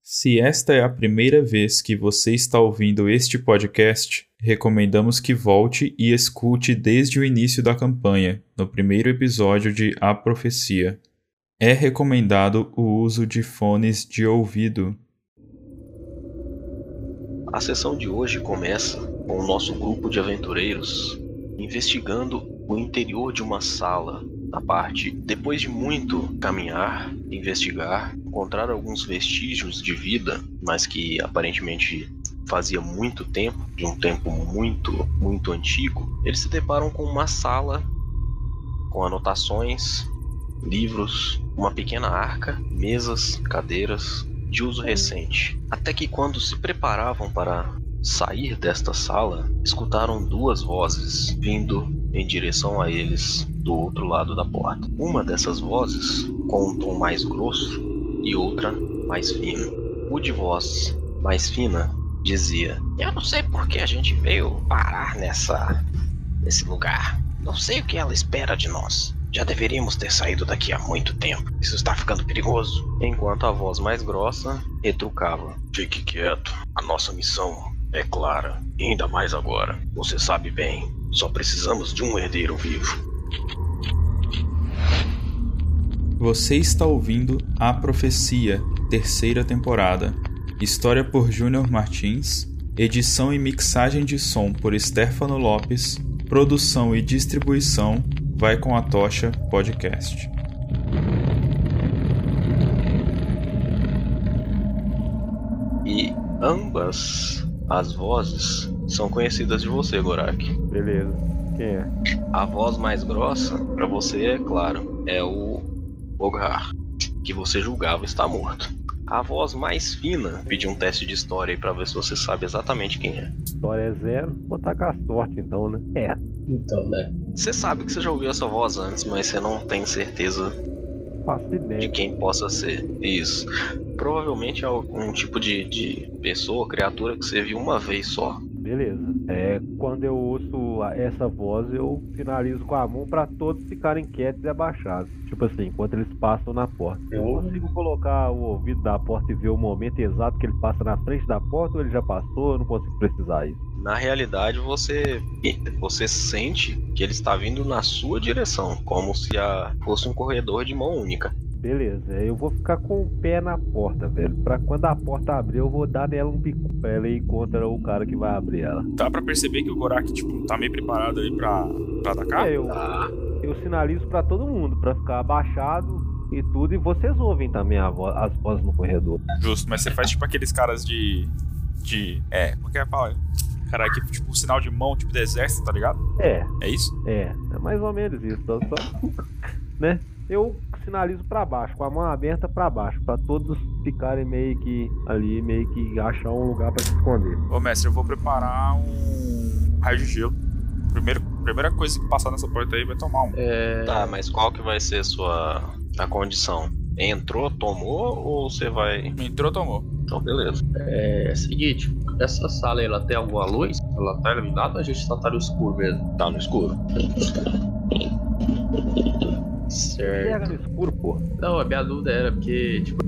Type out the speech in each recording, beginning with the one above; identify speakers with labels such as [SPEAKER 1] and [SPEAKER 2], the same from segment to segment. [SPEAKER 1] Se esta é a primeira vez que você está ouvindo este podcast, recomendamos que volte e escute desde o início da campanha, no primeiro episódio de A Profecia. É recomendado o uso de fones de ouvido.
[SPEAKER 2] A sessão de hoje começa com o nosso grupo de aventureiros investigando o interior de uma sala. Na parte, depois de muito caminhar, investigar, encontrar alguns vestígios de vida, mas que aparentemente fazia muito tempo, de um tempo muito, muito antigo, eles se deparam com uma sala com anotações, livros, uma pequena arca, mesas, cadeiras de uso recente. Até que quando se preparavam para sair desta sala, escutaram duas vozes vindo em direção a eles do outro lado da porta. Uma dessas vozes com um tom mais grosso e outra mais fino. O de voz mais fina dizia: Eu não sei por que a gente veio parar nessa nesse lugar. Não sei o que ela espera de nós. Já deveríamos ter saído daqui há muito tempo. Isso está ficando perigoso. Enquanto a voz mais grossa retrucava: Fique quieto. A nossa missão é clara, e ainda mais agora. Você sabe bem, só precisamos de um herdeiro vivo.
[SPEAKER 1] Você está ouvindo A Profecia, terceira temporada. História por Júnior Martins, edição e mixagem de som por Stefano Lopes, produção e distribuição vai com a Tocha Podcast.
[SPEAKER 2] E ambas as vozes são conhecidas de você, Gorak.
[SPEAKER 3] Beleza. Quem é?
[SPEAKER 2] A voz mais grossa, pra você, é claro, é o Bogar, que você julgava estar morto. A voz mais fina pediu um teste de história aí pra ver se você sabe exatamente quem é.
[SPEAKER 3] História é zero. Vou tacar a sorte então, né? É.
[SPEAKER 4] Então, né?
[SPEAKER 2] Você sabe que você já ouviu essa voz antes, mas você não tem certeza
[SPEAKER 3] Faço
[SPEAKER 2] de
[SPEAKER 3] ideia.
[SPEAKER 2] quem possa ser. Isso. Provavelmente é algum tipo de, de pessoa, criatura que você viu uma vez só.
[SPEAKER 3] Beleza. É, quando eu ouço a- essa voz, eu finalizo com a mão pra todos ficarem quietos e abaixados. Tipo assim, enquanto eles passam na porta. Eu
[SPEAKER 4] Eu-
[SPEAKER 3] consigo colocar o ouvido da porta e ver o momento exato que ele passa na frente da porta ou ele já passou? Eu não consigo precisar isso.
[SPEAKER 2] Na realidade, você você sente que ele está vindo na sua direção, como se a- fosse um corredor de mão única.
[SPEAKER 3] Beleza, É, eu vou ficar com o pé na porta, velho. Pra quando a porta abrir, eu vou dar nela um bico pra ela ir contra o cara que vai abrir ela.
[SPEAKER 5] Dá pra perceber que o Gorak, tipo, tá meio preparado ali pra, pra atacar?
[SPEAKER 3] É, eu,
[SPEAKER 2] ah,
[SPEAKER 3] eu sinalizo pra todo mundo, pra ficar abaixado e tudo, e vocês ouvem também a vo- as vozes no corredor.
[SPEAKER 5] Justo, mas você faz tipo aqueles caras de. de. É, como é que é a palavra? Caralho, que tipo um sinal de mão, tipo do exército, tá ligado?
[SPEAKER 3] É,
[SPEAKER 5] É isso?
[SPEAKER 3] é, é mais ou menos isso, só, só né? Eu sinalizo pra baixo, com a mão aberta pra baixo, pra todos ficarem meio que ali, meio que achar um lugar pra se esconder.
[SPEAKER 5] Ô mestre, eu vou preparar um raio de gelo. Primeiro, primeira coisa que passar nessa porta aí vai tomar um.
[SPEAKER 4] É,
[SPEAKER 2] Tá, mas qual que vai ser a sua a condição? Entrou, tomou ou você vai?
[SPEAKER 5] Entrou, tomou.
[SPEAKER 2] Então beleza.
[SPEAKER 4] é, é o seguinte, essa sala aí, ela tem alguma luz? Ela tá iluminada ou a gente só tá no escuro mesmo?
[SPEAKER 2] Tá no escuro. É.
[SPEAKER 3] Pega no
[SPEAKER 4] Certo.
[SPEAKER 3] escuro, pô.
[SPEAKER 4] Não, a minha dúvida era porque, tipo,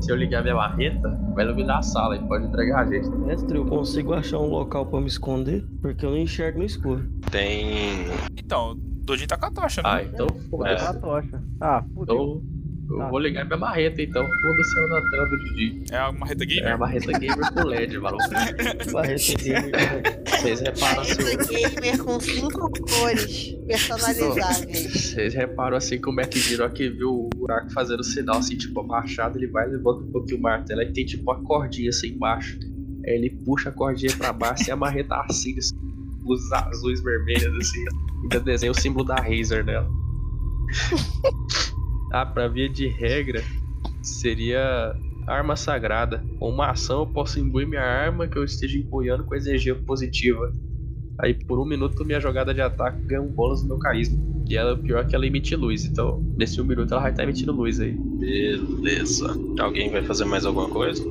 [SPEAKER 4] se eu ligar minha marreta, vai iluminar a sala e pode entregar a gente.
[SPEAKER 6] Mestre, eu consigo achar um local pra me esconder? Porque eu não enxergo no escuro.
[SPEAKER 2] Tem
[SPEAKER 5] Então, o Dodinho tá com a tocha, né?
[SPEAKER 4] Ah, então
[SPEAKER 3] Vou
[SPEAKER 2] É.
[SPEAKER 4] foda-se.
[SPEAKER 3] pegar a tocha. Ah, fudeu.
[SPEAKER 4] Então, eu vou ligar minha marreta então. Foda-se ela na tela do Didi.
[SPEAKER 5] É uma reta gamer?
[SPEAKER 4] É a marreta gamer com LED, maluco.
[SPEAKER 6] Barreto dele.
[SPEAKER 4] Vocês reparam assim.
[SPEAKER 7] Essa gamer com cinco cores personalizáveis.
[SPEAKER 4] Vocês reparam assim como é que virou que viu o buraco fazendo sinal assim, tipo, a machado, ele vai levando um pouquinho o martelo, aí tem tipo uma cordinha assim embaixo. Aí ele puxa a cordinha pra baixo e amarreta assim, assim luzes azuis vermelhas assim. Ainda desenha o símbolo da Razer nela. ah, pra via de regra, seria arma sagrada. Com uma ação eu posso imbuir minha arma que eu esteja empunhando com energia positiva. Aí por um minuto minha jogada de ataque ganha um bônus no meu carisma. E ela, o pior é que ela emite luz, então nesse um minuto ela vai estar emitindo luz aí.
[SPEAKER 2] beleza. Alguém vai fazer mais alguma coisa?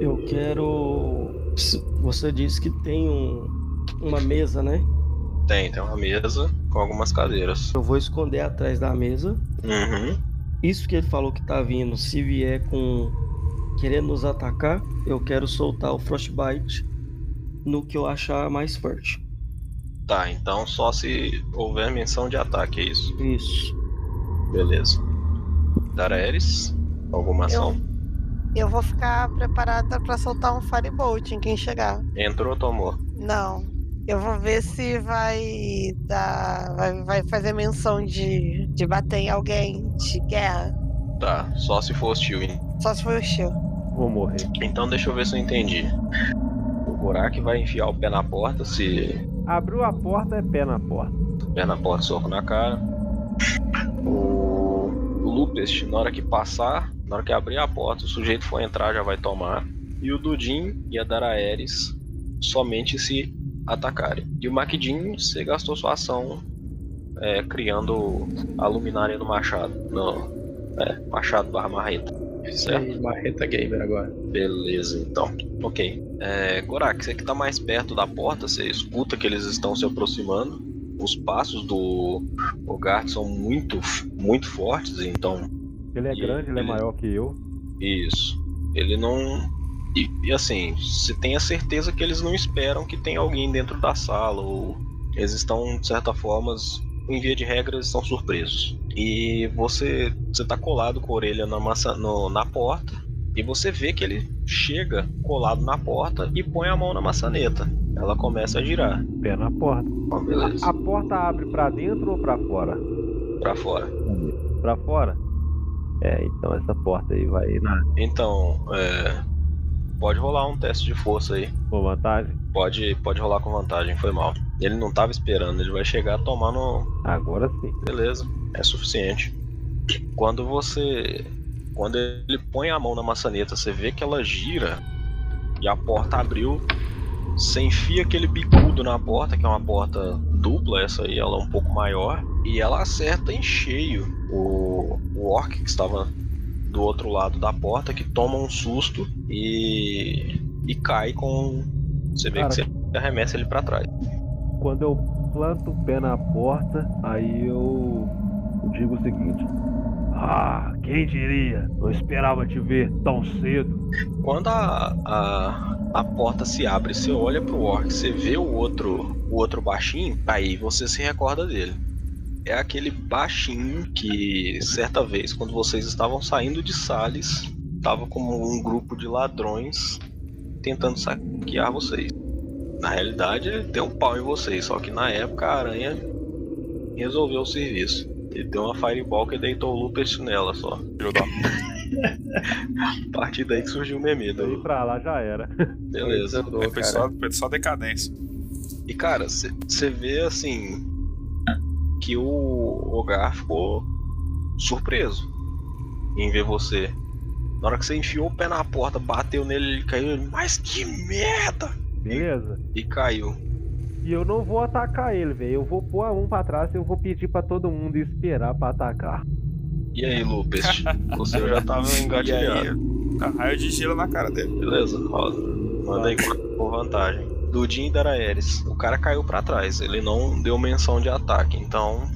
[SPEAKER 6] Eu quero. Você disse que tem um, uma mesa, né?
[SPEAKER 2] Tem, tem uma mesa com algumas cadeiras.
[SPEAKER 6] Eu vou esconder atrás da mesa.
[SPEAKER 2] Uhum.
[SPEAKER 6] Isso que ele falou que tá vindo, se vier com querendo nos atacar, eu quero soltar o Frostbite no que eu achar mais forte.
[SPEAKER 2] Tá, então só se houver menção de ataque, é isso.
[SPEAKER 6] Isso.
[SPEAKER 2] Beleza. Daraeris, alguma
[SPEAKER 7] Eu-
[SPEAKER 2] ação?
[SPEAKER 7] Eu vou ficar preparada pra soltar um Firebolt em quem chegar.
[SPEAKER 2] Entrou, tomou.
[SPEAKER 7] Não. Eu vou ver se vai dar. Vai, vai fazer menção de, de bater em alguém, de guerra.
[SPEAKER 2] Tá, só se for hostil. hein?
[SPEAKER 7] Só se for o Shio.
[SPEAKER 3] Vou morrer.
[SPEAKER 2] Então deixa eu ver se eu entendi. O Gorak vai enfiar o pé na porta, se
[SPEAKER 3] Abriu a porta, é pé na porta.
[SPEAKER 2] pé na porta, soco na cara. O Lupest, na hora que passar, na hora que abrir a porta, o sujeito for entrar já vai tomar. E o Dudin e a Daraeris somente se atacarem. E o Maquidin, você gastou sua ação é, criando a luminária do Machado. Não, é, Machado barra Marreta. Certo?
[SPEAKER 4] Aí, Marreta Gamer agora.
[SPEAKER 2] Beleza, então. Ok. É, Gorak, você que tá mais perto da porta, você escuta que eles estão se aproximando. Os passos do Ogart são muito, muito fortes, então.
[SPEAKER 3] Ele é
[SPEAKER 2] E-
[SPEAKER 3] grande, ele é
[SPEAKER 2] ele-
[SPEAKER 3] maior que eu.
[SPEAKER 2] Isso. Ele não. E, e assim, você tem a certeza que eles não esperam que tenha alguém dentro da sala, ou eles estão, de certa forma, s- em via de regra, eles estão surpresos. E você, você tá colado com a orelha na, maça, no- na porta, e você vê que ele chega colado na porta e põe a mão na maçaneta. Ela começa a girar.
[SPEAKER 3] Pé na porta.
[SPEAKER 2] Ó, beleza.
[SPEAKER 3] A porta abre pra dentro ou pra fora?
[SPEAKER 2] Pra fora.
[SPEAKER 3] Pra fora? É, então essa porta aí vai na.
[SPEAKER 2] Então, é, pode rolar um teste de força aí.
[SPEAKER 3] Com vantagem.
[SPEAKER 2] Pode, pode rolar com vantagem, foi mal. Ele não tava esperando, ele vai chegar tomando.
[SPEAKER 3] Agora sim.
[SPEAKER 2] Beleza, é suficiente. Quando você. Quando ele põe a mão na maçaneta, você vê que ela gira e a porta abriu. Você enfia aquele bicudo na porta, que é uma porta dupla, essa aí, ela é um pouco maior. E ela acerta em cheio o, o orc que estava do outro lado da porta, que toma um susto e. e cai com. Você vê
[SPEAKER 3] Cara,
[SPEAKER 2] que você arremessa ele pra trás.
[SPEAKER 3] Quando eu planto o pé na porta, aí eu digo o seguinte. Ah, quem diria? Não esperava te ver tão cedo.
[SPEAKER 2] Quando a, a, a porta se abre, você olha pro orc, você vê o outro, o outro baixinho, aí você se recorda dele. É aquele baixinho que, certa vez, quando vocês estavam saindo de Sales, tava como um grupo de ladrões tentando saquear vocês. Na realidade, ele deu um pau em vocês, só que na época a aranha resolveu o serviço. Ele deu uma fireball que deitou o Lupus nela só.
[SPEAKER 5] Filho da
[SPEAKER 2] A partir daí que surgiu o meme. tá
[SPEAKER 3] Daí
[SPEAKER 2] do-
[SPEAKER 3] pra lá já era.
[SPEAKER 2] Beleza.
[SPEAKER 4] Andou,
[SPEAKER 5] É, foi,
[SPEAKER 4] cara.
[SPEAKER 5] só, foi só decadência.
[SPEAKER 2] E cara, você vê assim que o Ogar ficou surpreso em ver você. Na hora que você enfiou o pé na porta, bateu nele, ele caiu, ele, mas que merda!
[SPEAKER 3] Beleza?
[SPEAKER 2] E caiu.
[SPEAKER 3] E eu não vou atacar ele, velho. Eu vou pôr a mão pra trás e eu vou pedir pra todo mundo esperar pra atacar.
[SPEAKER 2] E aí, Lupest? Você já tá tava
[SPEAKER 5] E aí,
[SPEAKER 2] engatilhado.
[SPEAKER 5] um raio de gelo na cara dele.
[SPEAKER 2] Beleza, roda. Manda aí com com vantagem. Dudin e Daraeris. O cara caiu pra trás, ele não deu menção de ataque, então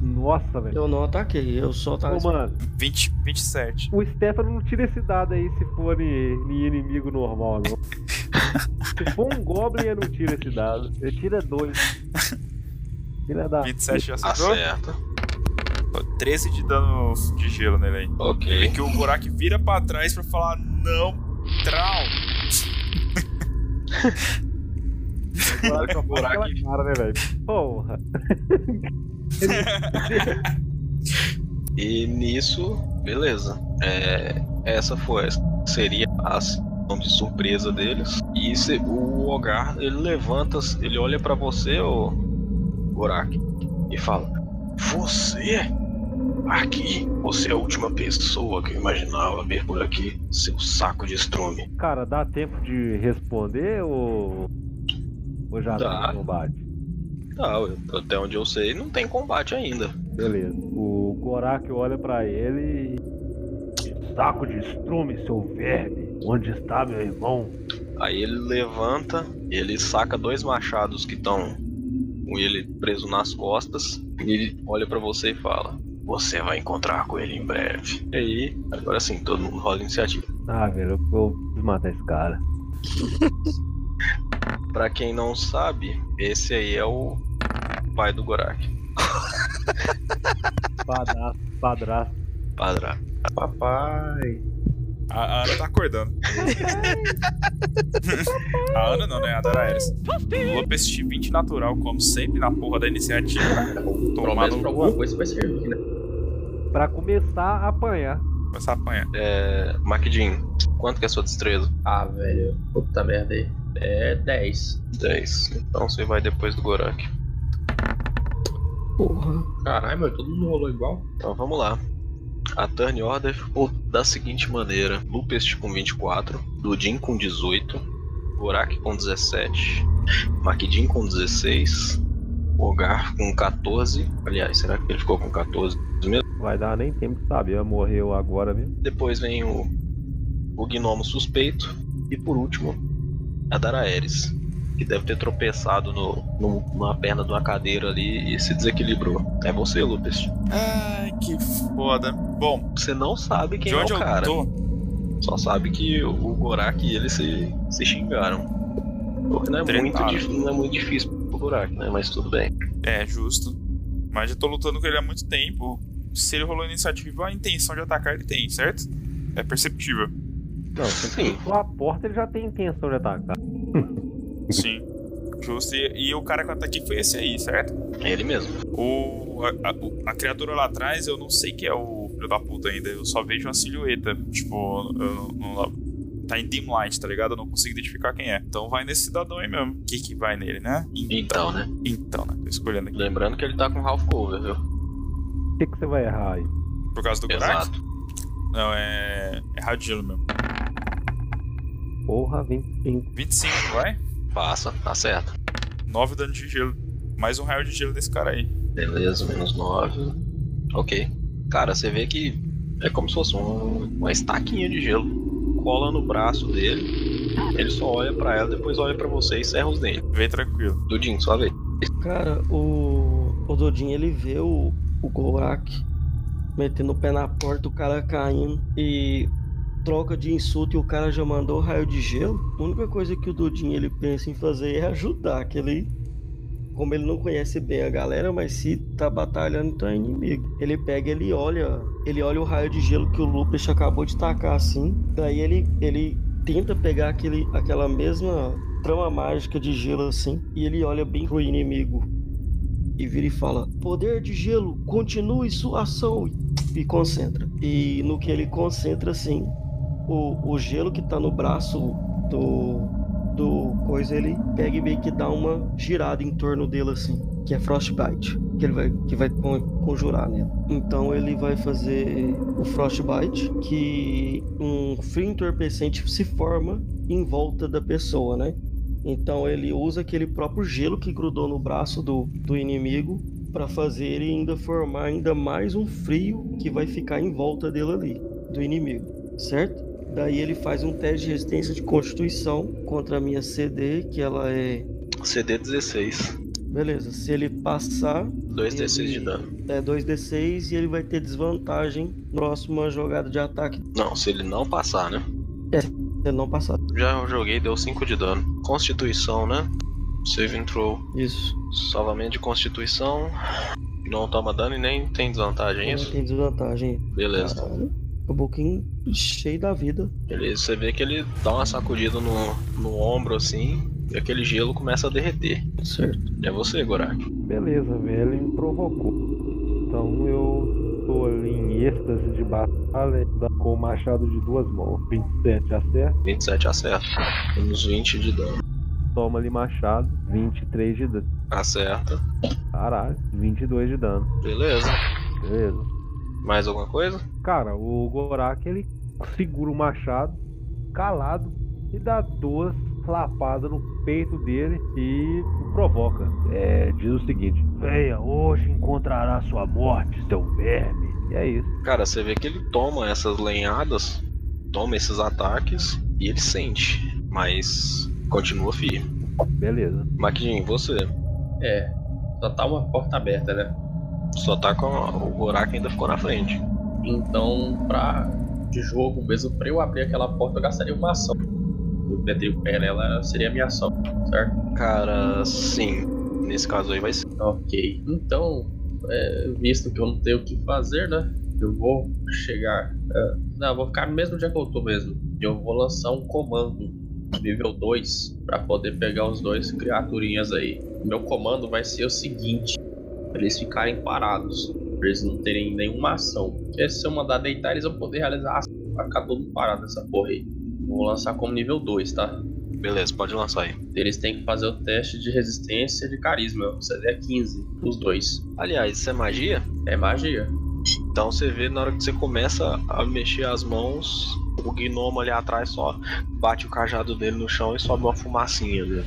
[SPEAKER 3] Nossa, velho.
[SPEAKER 6] Eu não ataquei, eu só tava.
[SPEAKER 3] Ô, mano.
[SPEAKER 5] 20, 27.
[SPEAKER 3] O Stefano não tira esse dado aí se for ni- ni inimigo normal, não. se for um Goblin, ele não tira esse dado. Ele tira dois. Filha
[SPEAKER 4] Ah.
[SPEAKER 3] da.
[SPEAKER 5] 27 já acertou?
[SPEAKER 2] acerta.
[SPEAKER 5] 13 de dano de gelo nele aí.
[SPEAKER 2] Ok.
[SPEAKER 5] É Que o Gorak vira pra trás pra falar não, trau.
[SPEAKER 3] Agora que eu faço aquela
[SPEAKER 2] Buraco.
[SPEAKER 3] cara, né, velho? Porra.
[SPEAKER 2] E nisso, beleza. É, essa foi seria a ação de surpresa deles. E se- o Ogar, ele levanta, ele olha pra você, o Gorak, e fala: "Você aqui, você é a última pessoa que eu imaginava ver por aqui, seu saco de estrume."
[SPEAKER 3] Cara, dá tempo de responder ou. Ou já
[SPEAKER 2] Dá.
[SPEAKER 3] tá no combate?
[SPEAKER 2] Tá, eu- até onde eu sei, não tem combate ainda.
[SPEAKER 3] Beleza. O Gorak olha pra ele e. Saco de estrume, seu verme. Onde está meu irmão?
[SPEAKER 2] Aí ele levanta, ele saca dois machados que estão com ele preso nas costas, e ele olha pra você e fala: Você vai encontrar com ele em breve. E aí, agora sim, todo mundo rola iniciativa.
[SPEAKER 3] Ah, velho, eu vou desmatar esse cara.
[SPEAKER 2] Pra quem não sabe, esse aí é o pai do Gorak.
[SPEAKER 3] Padrasto, padrasto.
[SPEAKER 2] Padra.
[SPEAKER 4] Papai.
[SPEAKER 5] A, a Ana tá acordando. a Ana não, né? A Daraeris. Lopes 20 natural, como sempre, na porra da iniciativa.
[SPEAKER 4] Pelo
[SPEAKER 5] Tomar
[SPEAKER 4] menos pra
[SPEAKER 5] no
[SPEAKER 4] alguma coisa vai servir, né?
[SPEAKER 3] Pra começar a apanhar.
[SPEAKER 5] essa apanha.
[SPEAKER 2] É. Maquidin, quanto que é a sua destreza?
[SPEAKER 4] Ah, velho. Puta merda aí. É 10.
[SPEAKER 2] 10. Então você vai depois do Gorak.
[SPEAKER 6] Porra.
[SPEAKER 4] Caralho, meu, todo mundo rolou igual.
[SPEAKER 2] Então vamos lá. A turn order ficou da seguinte maneira: Lupest com 24, Dudin com 18, Gorak com 17, Makidin com 16, Ogar com 14. Aliás, será que ele ficou com 14 mesmo?
[SPEAKER 3] Vai dar nem tempo de saber, morreu agora mesmo.
[SPEAKER 2] Depois vem o, o Gnomo suspeito. E por último, a Daraeris, que deve ter tropeçado no, no- numa perna de uma cadeira ali e se desequilibrou. É você, Lupest.
[SPEAKER 5] Ai, que foda. Bom,
[SPEAKER 2] Você não sabe quem
[SPEAKER 5] de onde
[SPEAKER 2] é o
[SPEAKER 5] eu
[SPEAKER 2] cara.
[SPEAKER 5] tô?
[SPEAKER 2] Só sabe que o Gorak e ele se, se xingaram. O que não é, muito,
[SPEAKER 5] Tretaram.
[SPEAKER 2] dif- não é muito difícil pro Gorak, né? Mas tudo bem.
[SPEAKER 5] É, justo. Mas eu tô lutando com ele há muito tempo. Se ele rolou iniciativa, a intenção de atacar ele tem, certo? É perceptível.
[SPEAKER 3] Não,
[SPEAKER 2] Sim.
[SPEAKER 3] Lá a porta ele já tem intenção de atacar.
[SPEAKER 5] Sim. Justo. E, e o cara que eu ataquei foi esse aí, certo?
[SPEAKER 2] É ele mesmo.
[SPEAKER 5] O, a, a- o- a criatura lá atrás, eu não sei que é o filho da puta ainda. Eu só vejo uma silhueta. Tipo, eu não- não- tá em dim light, tá ligado? Eu não consigo identificar quem é. Então vai nesse cidadão aí mesmo. O que que vai nele, né?
[SPEAKER 2] Então, né?
[SPEAKER 5] Então, né? Tô escolhendo aqui.
[SPEAKER 2] Lembrando que ele tá com half cover, viu?
[SPEAKER 3] O que, que você vai errar aí?
[SPEAKER 5] Por causa do Gorak?
[SPEAKER 2] Exato.
[SPEAKER 5] Não, é. É radilo mesmo.
[SPEAKER 3] Porra, 25.
[SPEAKER 5] 25, vai?
[SPEAKER 2] Passa, tá acerta.
[SPEAKER 5] 9 dano de gelo. Mais um raio de gelo desse cara aí.
[SPEAKER 2] Beleza, menos 9. Ok. Cara, você vê que é como se fosse um- uma estaquinha de gelo. Cola no braço dele. Ele só olha pra ela, depois olha pra você e serra os dentes.
[SPEAKER 5] Vem tranquilo.
[SPEAKER 2] Dudinho, sua vez.
[SPEAKER 6] Cara, o, o Dodin, ele vê o, o Gorak metendo o pé na porta, o cara caindo e troca de insulto e o cara já mandou raio de gelo. A única coisa que o Dodin, ele pensa em fazer é ajudar, que ele... Como ele não conhece bem a galera, mas se tá batalhando, então é inimigo. Ele pega, ele olha, ele olha o raio de gelo que o Lupus acabou de tacar assim. Daí ele, ele tenta pegar aquele, aquela mesma trama mágica de gelo assim, e ele olha bem pro inimigo e vira e fala: Poder de gelo, continue sua ação! E concentra. E no que ele concentra, assim, o, o gelo que tá no braço do, do coisa, ele pega e meio que dá uma girada em torno dele, assim, que é Frostbite, que ele vai, que vai con- conjurar nele. Então ele vai fazer o Frostbite, que um frio entorpecente se forma em volta da pessoa, né? Então ele usa aquele próprio gelo que grudou no braço do, do inimigo para fazer ele ainda formar ainda mais um frio que vai ficar em volta dele ali, do inimigo, certo? Daí ele faz um teste de resistência de constituição contra a minha CD, que ela é.
[SPEAKER 2] CD 16.
[SPEAKER 6] Beleza, se ele passar,
[SPEAKER 2] 2d6 de dano.
[SPEAKER 6] é 2d6 e ele vai ter desvantagem próxima jogada de ataque.
[SPEAKER 2] Não, se ele não passar, né?
[SPEAKER 6] Se ele não passar.
[SPEAKER 2] Já joguei, deu 5 de dano. Constituição, né? Saving throw.
[SPEAKER 6] Isso.
[SPEAKER 2] Salvamento de constituição. Não toma dano e nem tem desvantagem, é
[SPEAKER 6] Ele
[SPEAKER 2] isso?
[SPEAKER 6] tem desvantagem.
[SPEAKER 2] Beleza.
[SPEAKER 6] Caralho. Um pouquinho cheio da vida.
[SPEAKER 2] Ele, você vê que ele dá uma sacudida no, no ombro assim. E aquele gelo começa a derreter.
[SPEAKER 6] Certo.
[SPEAKER 2] É você, Gorak.
[SPEAKER 3] Beleza, velho, ele me provocou. Então eu tô ali em êxtase de batalha com o machado de duas mãos. 27 acerta,
[SPEAKER 2] 27 acerta. Temos 20 de dano.
[SPEAKER 3] toma ali machado, 23 de dano.
[SPEAKER 2] Acerta.
[SPEAKER 3] Caralho, 22 de dano.
[SPEAKER 2] Beleza.
[SPEAKER 3] Beleza.
[SPEAKER 2] Mais alguma coisa?
[SPEAKER 3] Cara, o Gorak ele segura o machado, calado, e dá duas lapadas no peito dele e o provoca. É, diz o seguinte: Venha, hoje encontrará sua morte, seu verme. E é isso.
[SPEAKER 2] Cara, você vê que ele toma essas lenhadas, toma esses ataques e ele sente. Mas continua firme.
[SPEAKER 3] Beleza.
[SPEAKER 2] Maquinho, você.
[SPEAKER 4] É. Só tá uma porta aberta, né?
[SPEAKER 2] Só tá com. a- O Gorak ainda ficou na frente.
[SPEAKER 4] Então, pra de jogo mesmo, pra eu abrir aquela porta, eu gastaria uma ação. Eu tentei o pé nela, seria a minha ação, certo?
[SPEAKER 2] Cara, sim. Nesse caso aí vai ser.
[SPEAKER 4] Ok. Então, é, visto que eu não tenho o que fazer, né? Eu vou chegar. é, não, eu vou ficar no mesmo dia que eu tô mesmo. E eu vou lançar um comando nível 2 pra poder pegar os dois criaturinhas aí. Meu comando vai ser o seguinte: pra eles ficarem parados, pra eles não terem nenhuma ação. Porque se eu mandar deitar, eles vão poder realizar a ação. Vai ficar todo mundo parado nessa porra aí. Vou lançar como nível 2, tá?
[SPEAKER 2] Beleza, pode lançar aí.
[SPEAKER 4] Eles têm que fazer o teste de resistência e de carisma. O CD é 15, os dois.
[SPEAKER 2] Aliás, isso é magia?
[SPEAKER 4] É magia.
[SPEAKER 2] Então você vê na hora que você começa a mexer as mãos, o gnomo ali atrás só bate o cajado dele no chão e sobe uma fumacinha, né?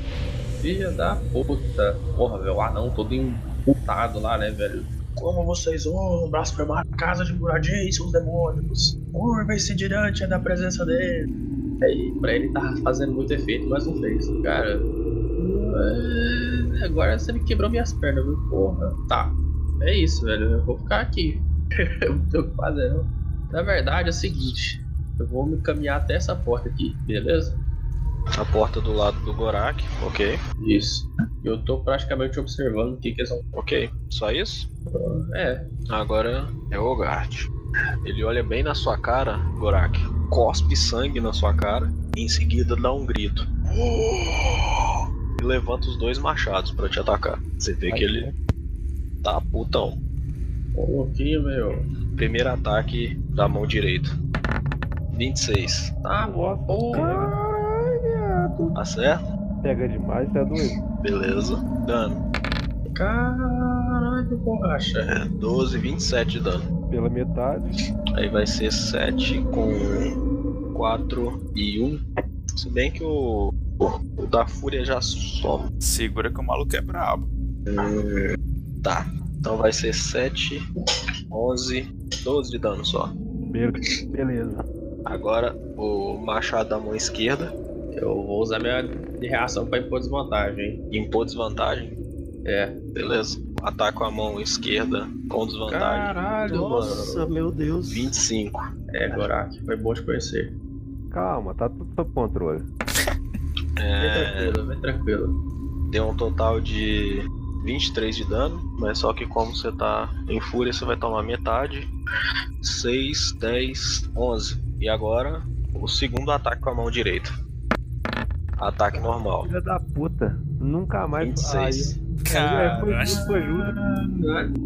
[SPEAKER 4] Filha da puta. Porra, velho, o anão todo emputado lá, né, velho? Como vocês honram o braço formado, casa de Muradin e seus demônios? Curvem-se diante da presença dele. Aí, pra ele tá fazendo muito efeito, mas não fez. Cara, é, agora você me quebrou minhas pernas, viu? Porra. Tá, é isso, velho. Eu vou ficar aqui. Eu não tenho o que fazer, não. Na verdade, é o seguinte. Eu vou me caminhar até essa porta aqui, beleza?
[SPEAKER 2] A porta do lado do Gorak, ok,
[SPEAKER 4] Isso. Eu tô praticamente observando o que, que eles vão.
[SPEAKER 2] ok. Só isso?
[SPEAKER 4] É,
[SPEAKER 2] Agora é o Ogart. Ele olha bem na sua cara, Gorak, cospe sangue na sua cara, e em seguida dá um grito. E levanta os dois machados pra te atacar. Você vê que ele tá putão.
[SPEAKER 4] coloquei, meu.
[SPEAKER 2] Primeiro ataque da mão direita. 26.
[SPEAKER 3] ah,
[SPEAKER 4] Tá, boa porra.
[SPEAKER 2] Acerta?
[SPEAKER 3] Pega demais, tá doido.
[SPEAKER 2] Beleza. Dano.
[SPEAKER 4] Caralho, borracha.
[SPEAKER 2] É 12, 27 de dano.
[SPEAKER 3] Pela metade.
[SPEAKER 2] Aí vai ser 7 com 4 e 1. Se bem que o, o da Fúria já soma.
[SPEAKER 5] Segura que o maluco é brabo.
[SPEAKER 2] Tá. Então vai ser 7, 11, 12 de dano só.
[SPEAKER 3] Be- Beleza.
[SPEAKER 2] Agora o machado da mão esquerda.
[SPEAKER 4] Eu vou usar minha reação pra impor desvantagem, hein?
[SPEAKER 2] Impor desvantagem.
[SPEAKER 4] É.
[SPEAKER 2] Beleza. Ataca com a mão esquerda com desvantagem.
[SPEAKER 4] Caralho,
[SPEAKER 6] Nossa, meu Deus.
[SPEAKER 2] 25.
[SPEAKER 4] É, Gorak, foi bom te conhecer.
[SPEAKER 3] Calma, tá tudo sob controle.
[SPEAKER 4] Vem
[SPEAKER 2] É,
[SPEAKER 4] tranquilo, vem tranquilo.
[SPEAKER 2] deu um total de 23 de dano, mas só que como você tá em fúria, você vai tomar metade. 6, 10, 11. E agora, o segundo ataque com a mão direita. Ataque normal.
[SPEAKER 3] Filha da puta. Nunca mais.
[SPEAKER 2] 26.
[SPEAKER 3] Aí, é, foi
[SPEAKER 5] Cara,
[SPEAKER 3] justo, foi justo.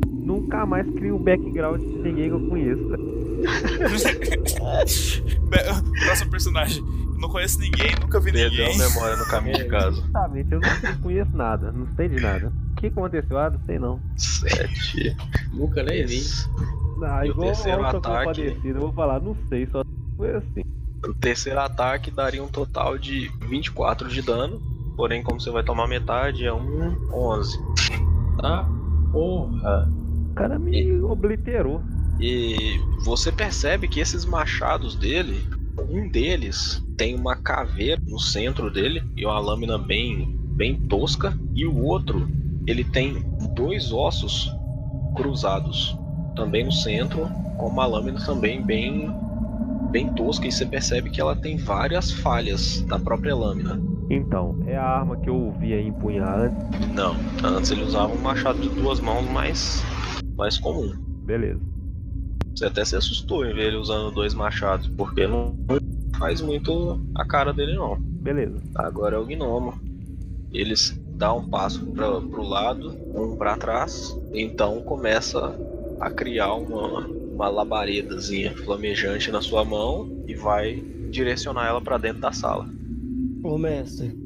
[SPEAKER 3] Nunca mais crio o background de ninguém que eu conheço.
[SPEAKER 5] próximo personagem. Eu não conheço ninguém, nunca vi
[SPEAKER 2] Perdeu a
[SPEAKER 5] ninguém.
[SPEAKER 2] memória no caminho de casa.
[SPEAKER 3] Exatamente, eu não conheço nada, não sei de nada. O que aconteceu? Ah, não sei não.
[SPEAKER 2] 7.
[SPEAKER 4] Nunca nem vi.
[SPEAKER 3] Ah,
[SPEAKER 2] E o
[SPEAKER 3] igual
[SPEAKER 2] terceiro
[SPEAKER 3] ao
[SPEAKER 2] ataque?
[SPEAKER 3] compadecido, eu vou falar, não sei, só foi assim.
[SPEAKER 2] O terceiro ataque daria um total de 24 de dano. Porém, como você vai tomar metade, é um 11.
[SPEAKER 4] Tá, porra.
[SPEAKER 3] O cara me obliterou.
[SPEAKER 2] E você percebe que esses machados dele, um deles tem uma caveira no centro dele e uma lâmina bem, bem tosca, e o outro ele tem dois ossos cruzados também no centro, com uma lâmina também bem bem tosca e você percebe que ela tem várias falhas na própria lâmina.
[SPEAKER 3] Então, é a arma que eu ouvi aí empunhar antes.
[SPEAKER 2] Não, antes ele usava um machado de duas mãos mais mais comum.
[SPEAKER 3] Beleza.
[SPEAKER 2] Você até se assustou em ver ele usando dois machados, porque não faz muito a cara dele não.
[SPEAKER 3] Beleza.
[SPEAKER 2] Agora é o gnomo. Eles dá um passo para pro lado, um para trás, então começa a criar uma, uma labaredazinha flamejante na sua mão e vai direcionar ela para dentro da sala.
[SPEAKER 6] Ô, mestre,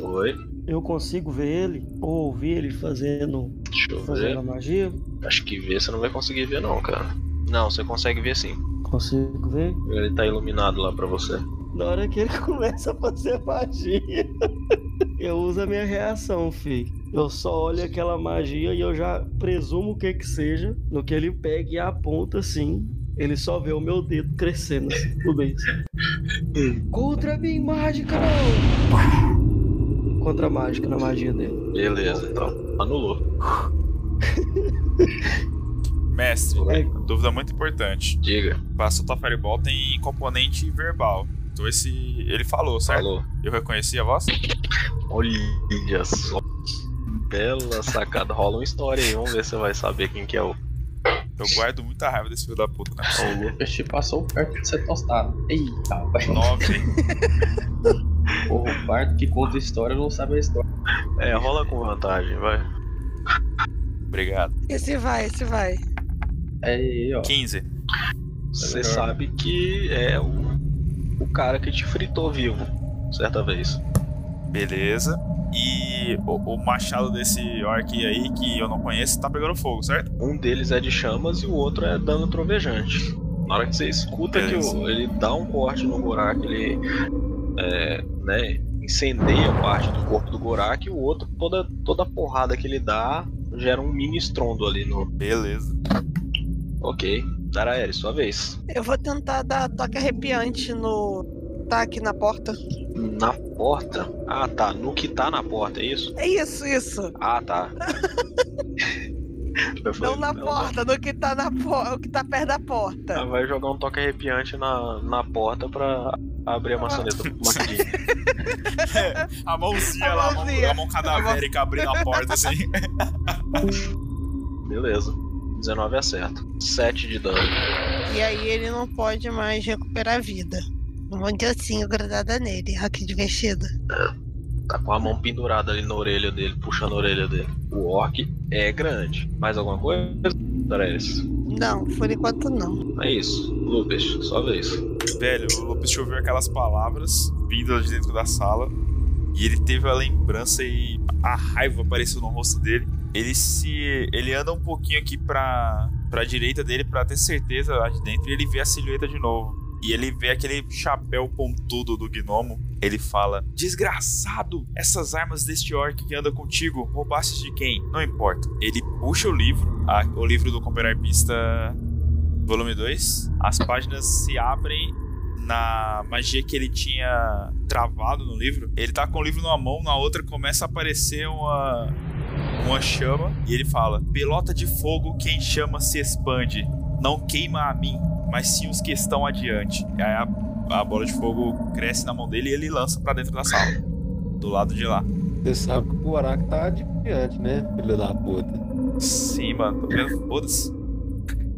[SPEAKER 2] Oi,
[SPEAKER 6] eu consigo ver ele ou ouvir ele fazendo,
[SPEAKER 2] deixa eu
[SPEAKER 6] fazendo a
[SPEAKER 2] ver.
[SPEAKER 6] magia?
[SPEAKER 2] Acho que ver você não vai conseguir ver não, cara. Não, você consegue ver sim.
[SPEAKER 6] Consigo ver.
[SPEAKER 2] Ele tá iluminado lá para você.
[SPEAKER 6] Na hora que ele começa a fazer magia, eu uso a minha reação, fi. Eu só olho aquela magia e eu já presumo o que que seja. No que ele pega e aponta assim, ele só vê o meu dedo crescendo assim, tudo isso. Contra a minha mágica, não! Pá! Contra a mágica na magia dele.
[SPEAKER 2] Beleza, então. Anulou.
[SPEAKER 5] Mestre,
[SPEAKER 6] É.
[SPEAKER 5] dúvida muito importante.
[SPEAKER 2] Diga,
[SPEAKER 5] Pra soltar Fireball tem componente verbal. Então esse. Ele falou, certo?
[SPEAKER 2] falou.
[SPEAKER 5] Eu reconheci a voz?
[SPEAKER 2] Olha só. Bela sacada. Rola uma história aí. Vamos ver se você vai saber quem que é o.
[SPEAKER 5] Eu guardo muita raiva desse filho da puta, né?
[SPEAKER 2] é o-
[SPEAKER 4] Lucas te passou um perto de ser tostado. Eita, vai.
[SPEAKER 5] Nove, hein?
[SPEAKER 4] Porra, o bardo que conta história não sabe a história.
[SPEAKER 2] É, rola com vantagem, vai.
[SPEAKER 5] Obrigado.
[SPEAKER 7] Esse vai, esse vai.
[SPEAKER 4] Aí, ó.
[SPEAKER 5] 15.
[SPEAKER 2] Você
[SPEAKER 4] melhor.
[SPEAKER 2] sabe que é o, o cara que te fritou vivo, certa vez.
[SPEAKER 5] Beleza. E o, o machado desse orc aí, que eu não conheço, tá pegando fogo, certo?
[SPEAKER 2] Um deles é de chamas e o outro é dano trovejante. Na hora que você escuta que
[SPEAKER 5] Beleza.
[SPEAKER 2] o- ele dá um corte no Gorak, ele é, né, incendeia parte do corpo do Gorak e o outro, toda, toda porrada que ele dá, gera um mini estrondo ali no.
[SPEAKER 5] Beleza.
[SPEAKER 2] Ok, Daraeri, sua vez.
[SPEAKER 7] Eu vou tentar dar toque arrepiante no. Tá aqui na porta.
[SPEAKER 2] Na porta? Ah tá, no que tá na porta, é isso?
[SPEAKER 7] É isso, isso.
[SPEAKER 2] Ah tá. Eu falei,
[SPEAKER 7] Não na
[SPEAKER 2] não,
[SPEAKER 7] porta, no que tá na porta, o que tá perto da
[SPEAKER 2] Ela
[SPEAKER 7] porta.
[SPEAKER 2] vai jogar um toque arrepiante na, na porta pra abrir a maçaneta rapidinho.
[SPEAKER 5] A mãozinha
[SPEAKER 7] A
[SPEAKER 5] lá, a mão-
[SPEAKER 7] mãozinha.
[SPEAKER 5] a mão cadavérica abrindo a porta assim.
[SPEAKER 2] Beleza. 19 acerta. 7 de dano.
[SPEAKER 7] E aí ele não pode mais recuperar a vida. Um monte de assim grudada nele. Ah, que divertido.
[SPEAKER 2] Tá com a mão pendurada ali na orelha dele, puxando a orelha dele. O orc é grande. Mais alguma coisa? Parece.
[SPEAKER 7] Não, por enquanto não.
[SPEAKER 2] É isso. Lupus, sua vez.
[SPEAKER 5] Velho, o Lopes te ouviu aquelas palavras vindas de dentro da sala. E ele teve a lembrança e a raiva apareceu no rosto dele. Ele se. Ele anda um pouquinho aqui pra, pra direita dele pra ter certeza lá de dentro. E ele vê a silhueta de novo. E ele vê aquele chapéu pontudo do gnomo. Ele fala: Desgraçado! Essas armas deste orc que anda contigo, roubaste de quem? Não importa. Ele puxa o livro, a- o livro do Comperarpista, volume 2. As páginas se abrem na magia que ele tinha travado no livro. Ele tá com o livro numa mão, na outra começa a aparecer uma, uma chama e ele fala: Pelota de fogo, quem chama se expande. Não queima a mim, mas sim os que estão adiante. E aí a, a bola de fogo cresce na mão dele e ele lança pra dentro da sala. Do lado de lá.
[SPEAKER 8] Você sabe que o Gorak tá adiante, né, filho da puta?
[SPEAKER 5] Sim, mano. Tô vendo. Foda-se.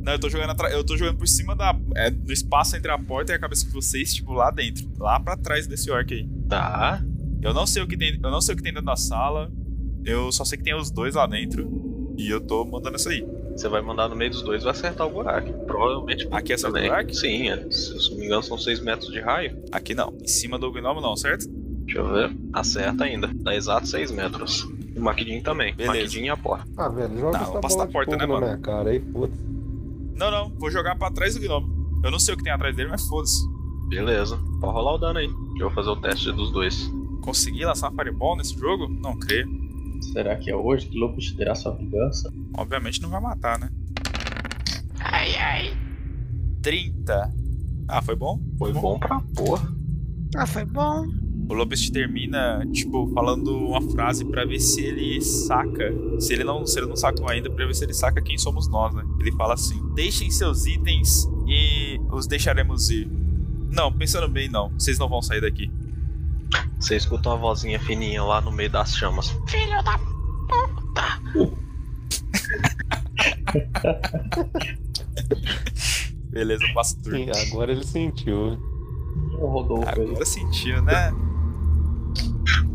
[SPEAKER 5] Não, eu tô jogando atra- Eu tô jogando por cima da. é, no espaço entre a porta e a cabeça de vocês, tipo, lá dentro. Lá pra trás desse orc aí.
[SPEAKER 2] Tá.
[SPEAKER 5] Eu não sei o que tem, eu não sei o que tem dentro da sala. Eu só sei que tem os dois lá dentro. E eu tô mandando essa aí.
[SPEAKER 2] Você vai mandar no meio dos dois e vai acertar o Gorak. Provavelmente
[SPEAKER 5] Aqui é
[SPEAKER 2] também.
[SPEAKER 5] Sardarak?
[SPEAKER 2] Sim, é. se se não me engano são 6 metros de raio.
[SPEAKER 5] Aqui não. Em cima do gnomo não, certo?
[SPEAKER 2] Deixa eu ver. Acerta ainda. Dá exato 6 metros. E o Maquidinho também.
[SPEAKER 5] Beleza.
[SPEAKER 2] Maquidinho e a porta.
[SPEAKER 8] Ah, velho, joga
[SPEAKER 5] Não,
[SPEAKER 8] essa
[SPEAKER 5] passa
[SPEAKER 8] bola
[SPEAKER 5] da
[SPEAKER 8] de
[SPEAKER 5] porta,
[SPEAKER 8] fogo
[SPEAKER 5] né,
[SPEAKER 8] na
[SPEAKER 5] mano?
[SPEAKER 8] minha cara aí, foda-se.
[SPEAKER 5] Não, não. Vou jogar pra trás do gnomo. Eu não sei o que tem atrás dele, mas foda-se.
[SPEAKER 2] Beleza, pode rolar o dano aí. Deixa eu fazer o teste dos dois.
[SPEAKER 5] Consegui lançar Fireball nesse jogo? Não creio.
[SPEAKER 4] Será que é hoje que Lopes terá sua vingança?
[SPEAKER 5] Obviamente não vai matar, né? Ai, ai. 30. Ah, foi bom?
[SPEAKER 2] Foi bom pra porra.
[SPEAKER 7] Ah, foi bom.
[SPEAKER 5] O Lopes termina, tipo, falando uma frase pra ver se ele saca. Se ele não, se ele não sacou ainda, pra ver se ele saca quem somos nós, né? Ele fala assim: Deixem seus itens e os deixaremos ir. Não, pensando bem, não. Vocês não vão sair daqui.
[SPEAKER 2] Você escuta uma vozinha fininha lá no meio das chamas.
[SPEAKER 5] Beleza, passa o turno.
[SPEAKER 8] Sim, agora ele sentiu.
[SPEAKER 4] Ô, Rodolfo aí.
[SPEAKER 5] Ah, Agora sentiu, né?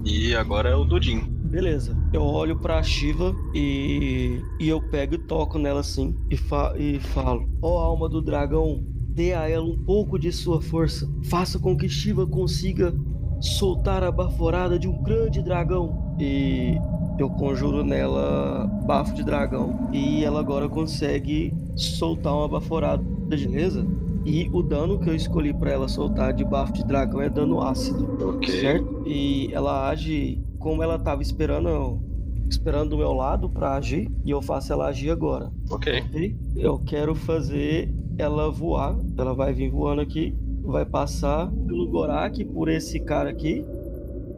[SPEAKER 2] E agora é o Dudin.
[SPEAKER 6] Beleza. Eu olho pra Shiva e, e eu pego e toco nela assim. E, fa- e falo: Ó alma do dragão, dê a ela um pouco de sua força. Faça com que Shiva consiga soltar a baforada de um grande dragão. E eu conjuro nela bafo de dragão. E ela agora consegue soltar uma baforada, beleza? E o dano que eu escolhi pra ela soltar de bafo de dragão é dano ácido.
[SPEAKER 2] Ok.
[SPEAKER 6] Certo? E ela age como ela tava esperando, eu- esperando do meu lado pra agir, e eu faço ela agir agora.
[SPEAKER 2] Ok.
[SPEAKER 6] ok? Eu quero fazer ela voar, ela vai vir voando aqui, vai passar pelo Gorak, por esse cara aqui.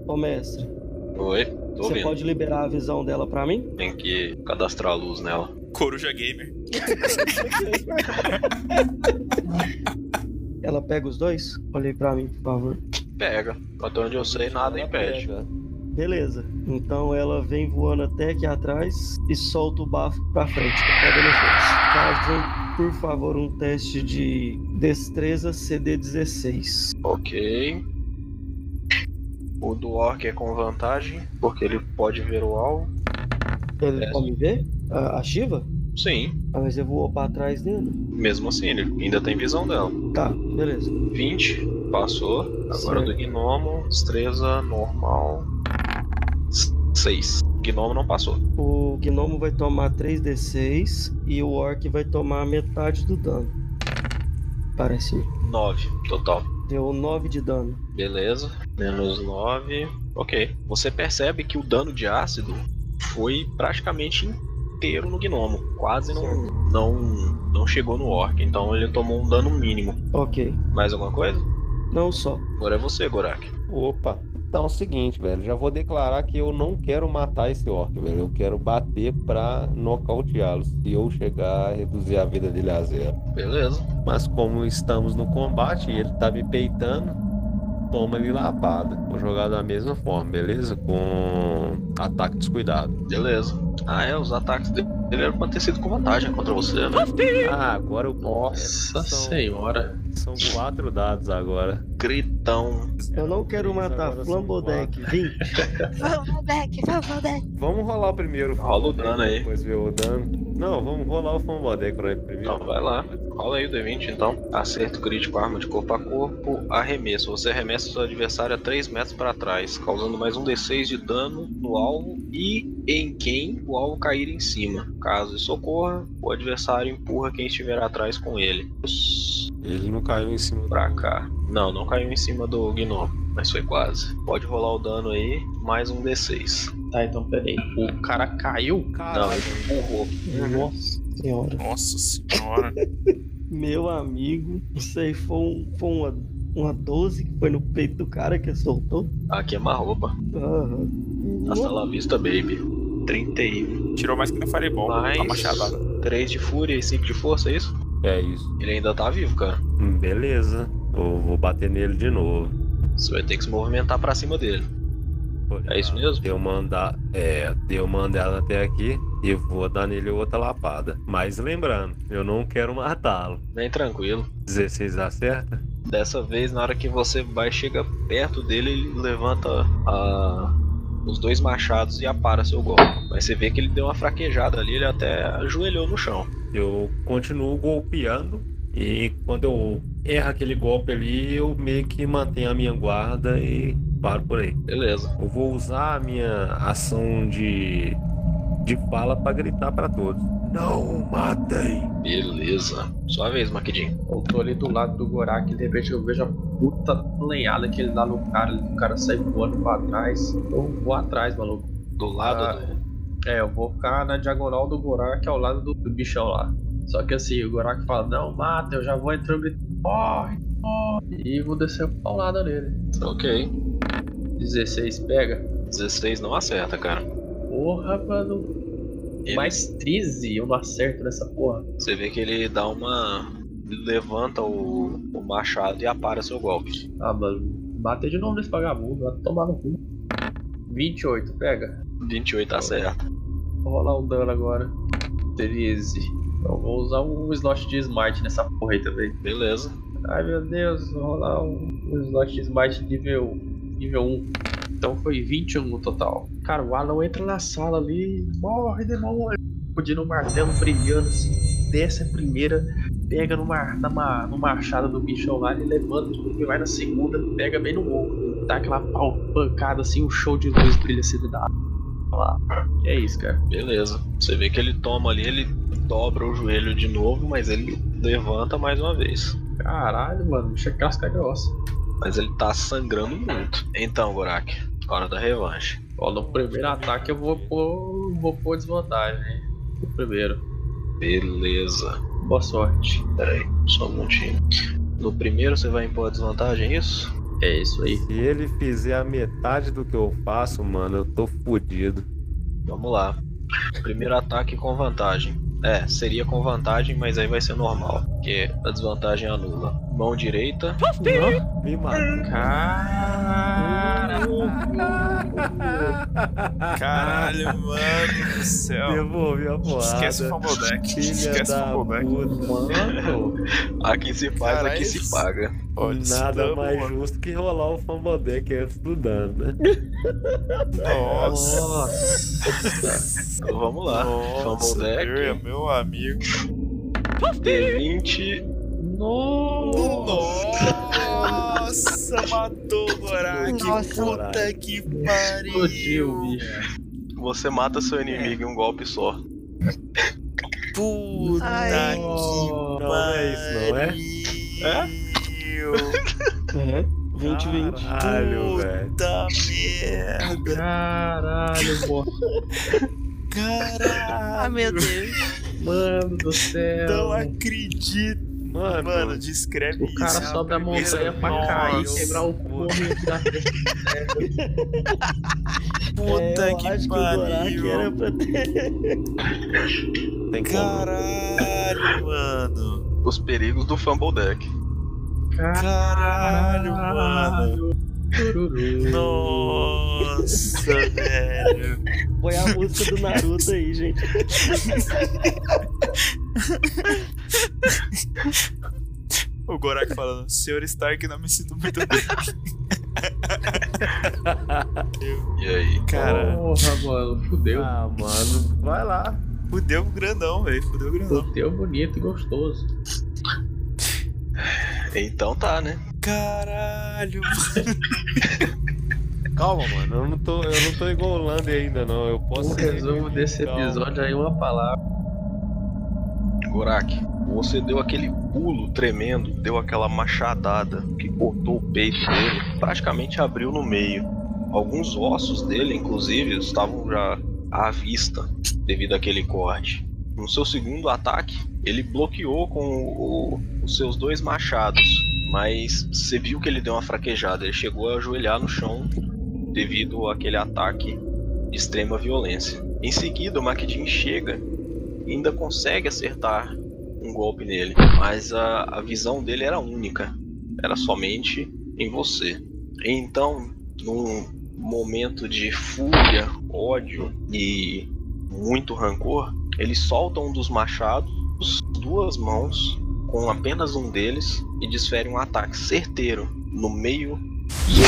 [SPEAKER 6] Ô mestre,
[SPEAKER 2] Oi, tô
[SPEAKER 6] você
[SPEAKER 2] ouvindo.
[SPEAKER 6] pode liberar a visão dela pra mim?
[SPEAKER 2] Tem que cadastrar a luz nela.
[SPEAKER 5] Coruja Gamer.
[SPEAKER 6] Ela pega os dois? Olhei pra mim, por favor.
[SPEAKER 2] Pega. Até onde eu sei, nada
[SPEAKER 3] Ela
[SPEAKER 2] impede.
[SPEAKER 3] pega.
[SPEAKER 6] Beleza. Então ela vem voando até aqui atrás e solta o bafo pra frente. Tá dando força. Fazem, por favor, um teste de destreza CD16.
[SPEAKER 2] Ok. O do Orc é com vantagem, porque ele pode ver o alvo.
[SPEAKER 6] Ele
[SPEAKER 2] É.
[SPEAKER 6] pode me ver? A, a Shiva?
[SPEAKER 2] Sim,
[SPEAKER 6] Ah, mas eu vou pra trás dele.
[SPEAKER 2] mesmo assim, ele ainda tem visão dela.
[SPEAKER 6] Tá, beleza.
[SPEAKER 2] 20, passou. Agora
[SPEAKER 6] Certo.
[SPEAKER 2] do Gnomo, destreza normal. 6. Gnomo não passou.
[SPEAKER 6] O gnomo vai tomar 3d6 e o orc vai tomar metade do dano. Parece. um-
[SPEAKER 2] 9 total.
[SPEAKER 6] Deu 9 de dano.
[SPEAKER 2] Beleza, menos 9. Ok. Você percebe que o dano de ácido foi praticamente inteiro no gnomo. Quase não, não, não chegou no orc. Então ele tomou um dano mínimo.
[SPEAKER 6] Ok.
[SPEAKER 2] Mais alguma coisa?
[SPEAKER 6] Não só.
[SPEAKER 2] Agora é você, Gorak.
[SPEAKER 3] Opa, então é o seguinte, velho. Já vou declarar que eu não quero matar esse orc, velho. Eu quero bater pra nocauteá-lo. Se eu chegar a reduzir a vida dele a zero.
[SPEAKER 2] Beleza.
[SPEAKER 3] Mas como estamos no combate e ele tá me peitando, toma ele lapada. Vou jogar da mesma forma, beleza? Com ataque descuidado.
[SPEAKER 2] Beleza. Ah, é, os ataques dele eram pra ter sido com vantagem contra você, né?
[SPEAKER 3] Ah, agora eu.
[SPEAKER 4] Nossa
[SPEAKER 3] São-
[SPEAKER 4] senhora.
[SPEAKER 3] São quatro dados agora.
[SPEAKER 2] Gritão.
[SPEAKER 6] Eu não quero
[SPEAKER 3] Três,
[SPEAKER 6] matar
[SPEAKER 3] agora são
[SPEAKER 6] Flambodeck. 20.
[SPEAKER 7] Vamos, Deck, vamos, Deck.
[SPEAKER 3] Vamos rolar o primeiro.
[SPEAKER 2] Rola o dano aí.
[SPEAKER 3] Depois ver o dano. Não, vamos rolar o Fambodec pra ele primeiro.
[SPEAKER 2] Então vai lá. Rola aí o D20 então. Acerto crítico, arma de corpo a corpo, arremesso. Você arremessa seu adversário a 3 metros para trás, causando mais um D6 de dano no alvo e em quem o alvo cair em cima. Caso isso ocorra, o adversário empurra quem estiver atrás com ele.
[SPEAKER 3] Ele não caiu em cima
[SPEAKER 2] Pra cá. Não, não caiu em cima do gnomo, mas foi quase. Pode rolar o dano aí, mais um D6.
[SPEAKER 9] Tá, então peraí.
[SPEAKER 4] O cara caiu?
[SPEAKER 2] Não, empurrou.
[SPEAKER 6] Nossa senhora.
[SPEAKER 5] Nossa senhora.
[SPEAKER 6] Meu amigo, isso aí foi, um, foi uma, uma 12 que foi no peito do cara que soltou.
[SPEAKER 2] Aqui é uma roupa.
[SPEAKER 6] Aham.
[SPEAKER 2] Hasta la vista, baby. 31.
[SPEAKER 5] Tirou mais que na Fireball. A
[SPEAKER 2] Mais
[SPEAKER 5] machadada.
[SPEAKER 2] 3 de fúria e 5 de força, é isso?
[SPEAKER 3] É isso.
[SPEAKER 2] Ele ainda tá vivo, cara.
[SPEAKER 3] Hum, Beleza. Eu vou bater nele de novo.
[SPEAKER 2] Você vai ter que se movimentar pra cima dele. É isso mesmo?
[SPEAKER 3] Deu mandar, é, deu mandado até aqui e vou dar nele outra lapada. Mas lembrando, eu não quero matá-lo.
[SPEAKER 2] Bem tranquilo.
[SPEAKER 3] 16 acerta?
[SPEAKER 2] Dessa vez, na hora que você vai chega perto dele, ele levanta a- os dois machados e apara seu golpe. Mas você vê que ele deu uma fraquejada ali, ele até ajoelhou no chão.
[SPEAKER 3] Eu continuo golpeando e quando eu erro aquele golpe ali, eu meio que mantenho a minha guarda e paro por aí.
[SPEAKER 2] Beleza.
[SPEAKER 3] Eu vou usar a minha ação de, de fala pra gritar pra todos. Não matem!
[SPEAKER 2] Beleza. Sua vez, Maquidinho.
[SPEAKER 4] Eu tô ali do lado do Gorak e de repente eu vejo a puta lenhada que ele dá no cara. O cara sai voando pra trás. Eu vou atrás, maluco.
[SPEAKER 2] Do lado
[SPEAKER 4] Ah.
[SPEAKER 2] do.
[SPEAKER 4] É, eu vou ficar na diagonal do Gorak ao lado do, do bichão lá. Só que assim, o Gorak fala, não, mata, eu já vou entrando e corre, corre. E vou descer a paulada nele.
[SPEAKER 2] Tá Ok.
[SPEAKER 4] 16 pega.
[SPEAKER 2] 16 não acerta, cara.
[SPEAKER 4] Porra, mano.
[SPEAKER 2] Ele-
[SPEAKER 4] Mais 13 eu não acerto nessa porra.
[SPEAKER 2] Você vê que ele dá uma. ele Levanta o, o machado e apara seu golpe.
[SPEAKER 4] Ah, mano, bater de novo nesse vagabundo, vai tomar no cu. 28, pega.
[SPEAKER 2] 28 acerta.
[SPEAKER 4] Vou rolar um dano agora. 13. Eu vou usar um slot de smite nessa porra aí também.
[SPEAKER 2] Beleza.
[SPEAKER 4] Ai meu Deus, vou rolar um, um slot de smite nível, nível 1. Então foi 21 no total. Cara, o Alan entra na sala ali, morre, demônio. Podia no martelo brilhando assim, desce a primeira, pega numa, numa, no machado do bichão lá, ele levanta e vai na segunda, pega bem no ombro. Dá aquela pau, pancada assim, um show de luz brilha assim da lá. É isso, cara.
[SPEAKER 2] Beleza. Você vê que ele toma ali, ele dobra o joelho de novo, mas ele levanta mais uma vez.
[SPEAKER 4] Caralho, mano, bicho é casca grossa.
[SPEAKER 2] Mas ele tá sangrando muito. Então, Gorak, hora da revanche.
[SPEAKER 4] Ó, no primeiro ataque eu vou pôr, vou pôr desvantagem. O primeiro.
[SPEAKER 2] Beleza.
[SPEAKER 4] Boa sorte.
[SPEAKER 2] Só um minutinho. No primeiro você vai impor a desvantagem, é isso?
[SPEAKER 4] É isso aí.
[SPEAKER 3] Se ele fizer a metade do que eu faço, mano, eu tô fudido.
[SPEAKER 2] Vamos lá. Primeiro ataque com vantagem. É, seria com vantagem, mas aí vai ser normal. Porque a desvantagem anula. Mão direita.
[SPEAKER 8] Me mata.
[SPEAKER 5] Caralho, caralho, mano do céu.
[SPEAKER 6] Devolvi a porrada.
[SPEAKER 5] Esquece o fumble deck.
[SPEAKER 6] Filha
[SPEAKER 5] Esquece o
[SPEAKER 6] da
[SPEAKER 5] fumble deck.
[SPEAKER 6] Mano,
[SPEAKER 2] A quem se faz,
[SPEAKER 5] Cara,
[SPEAKER 2] a quem
[SPEAKER 5] esse-
[SPEAKER 2] se paga.
[SPEAKER 5] Olha, é
[SPEAKER 6] nada
[SPEAKER 5] estamos-
[SPEAKER 6] mais justo que rolar
[SPEAKER 3] um
[SPEAKER 6] o Fambodeck antes do dano, né?
[SPEAKER 5] Nossa.
[SPEAKER 2] Então vamos lá. Fumble
[SPEAKER 5] Nossa,
[SPEAKER 2] deck.
[SPEAKER 5] meu, meu amigo.
[SPEAKER 2] D20.
[SPEAKER 5] Nossa, matou o Gorak.
[SPEAKER 7] Nossa.
[SPEAKER 5] Puta que pariu.
[SPEAKER 4] Explodiu, bicho.
[SPEAKER 2] Você mata seu inimigo em um golpe só.
[SPEAKER 5] Puta
[SPEAKER 7] Ai.
[SPEAKER 5] que pariu.
[SPEAKER 6] Não, não é isso, não é? É. 20, 20.
[SPEAKER 5] Caralho,
[SPEAKER 6] Caralho, velho.
[SPEAKER 5] Puta merda.
[SPEAKER 4] Caralho, pô.
[SPEAKER 7] Ah,
[SPEAKER 5] Caralho.
[SPEAKER 7] meu Deus.
[SPEAKER 4] Mano do céu.
[SPEAKER 5] Não acredito.
[SPEAKER 6] Mano,
[SPEAKER 5] Mano, descreve
[SPEAKER 4] O cara
[SPEAKER 5] isso.
[SPEAKER 4] sobe a montanha pra
[SPEAKER 5] Nossa.
[SPEAKER 4] cair, quebrar o corno aqui da frente.
[SPEAKER 5] Puta
[SPEAKER 6] é, eu
[SPEAKER 5] que
[SPEAKER 6] acho que o
[SPEAKER 5] pariu.
[SPEAKER 6] Gorak era pra ter.
[SPEAKER 8] Tem como.
[SPEAKER 5] Caralho, mano.
[SPEAKER 2] Os perigos do Fumble Deck.
[SPEAKER 5] Caralho, mano.
[SPEAKER 4] Tururu.
[SPEAKER 5] Nossa, velho.
[SPEAKER 6] Põe a música do Naruto aí, gente.
[SPEAKER 5] O Gorak falando, senhor Stark, não me sinto muito bem.
[SPEAKER 2] E aí?
[SPEAKER 5] Cara,
[SPEAKER 4] Porra, mano, fudeu.
[SPEAKER 6] Ah, mano. Vai lá.
[SPEAKER 5] fudeu um grandão, velho. Fudeu grandão.
[SPEAKER 4] Fudeu bonito e gostoso.
[SPEAKER 2] Então tá, né?
[SPEAKER 5] Caralho,
[SPEAKER 8] Calma, mano. Eu não tô, eu não tô igual o Lander ainda, não. Eu
[SPEAKER 6] Um
[SPEAKER 8] posso.
[SPEAKER 4] O Um resumo desse
[SPEAKER 3] Então,
[SPEAKER 8] Calma.
[SPEAKER 4] episódio aí, uma palavra.
[SPEAKER 2] Gorak, você deu aquele pulo tremendo, deu aquela machadada que cortou o peito dele, praticamente abriu no meio. Alguns ossos dele, inclusive, estavam já à vista devido àquele corte. No seu segundo ataque, ele bloqueou com o- o- os seus dois machados, mas você viu que ele deu uma fraquejada, ele chegou a ajoelhar no chão devido àquele ataque de extrema violência. Em seguida, o Makedin chega e ainda consegue acertar um golpe nele, mas a, a visão dele era única, era somente em você. Então, num momento de fúria, ódio e muito rancor, ele solta um dos machados, duas mãos, com apenas um deles, e desfere um ataque certeiro no meio do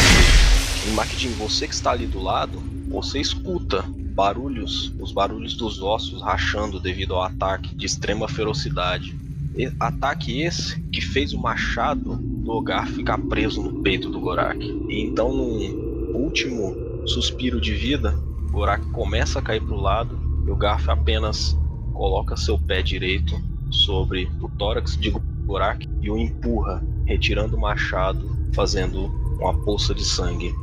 [SPEAKER 2] e Makedin, você que está ali do lado, você escuta barulhos, os barulhos dos ossos rachando devido ao ataque de extrema ferocidade. E- ataque esse que fez o machado do Ogar ficar preso no peito do Gorak. E então, num último suspiro de vida, o Gorak começa a cair para o lado e o Garf apenas coloca seu pé direito sobre o tórax de Gorak e o empurra, retirando o machado, fazendo uma poça de sangue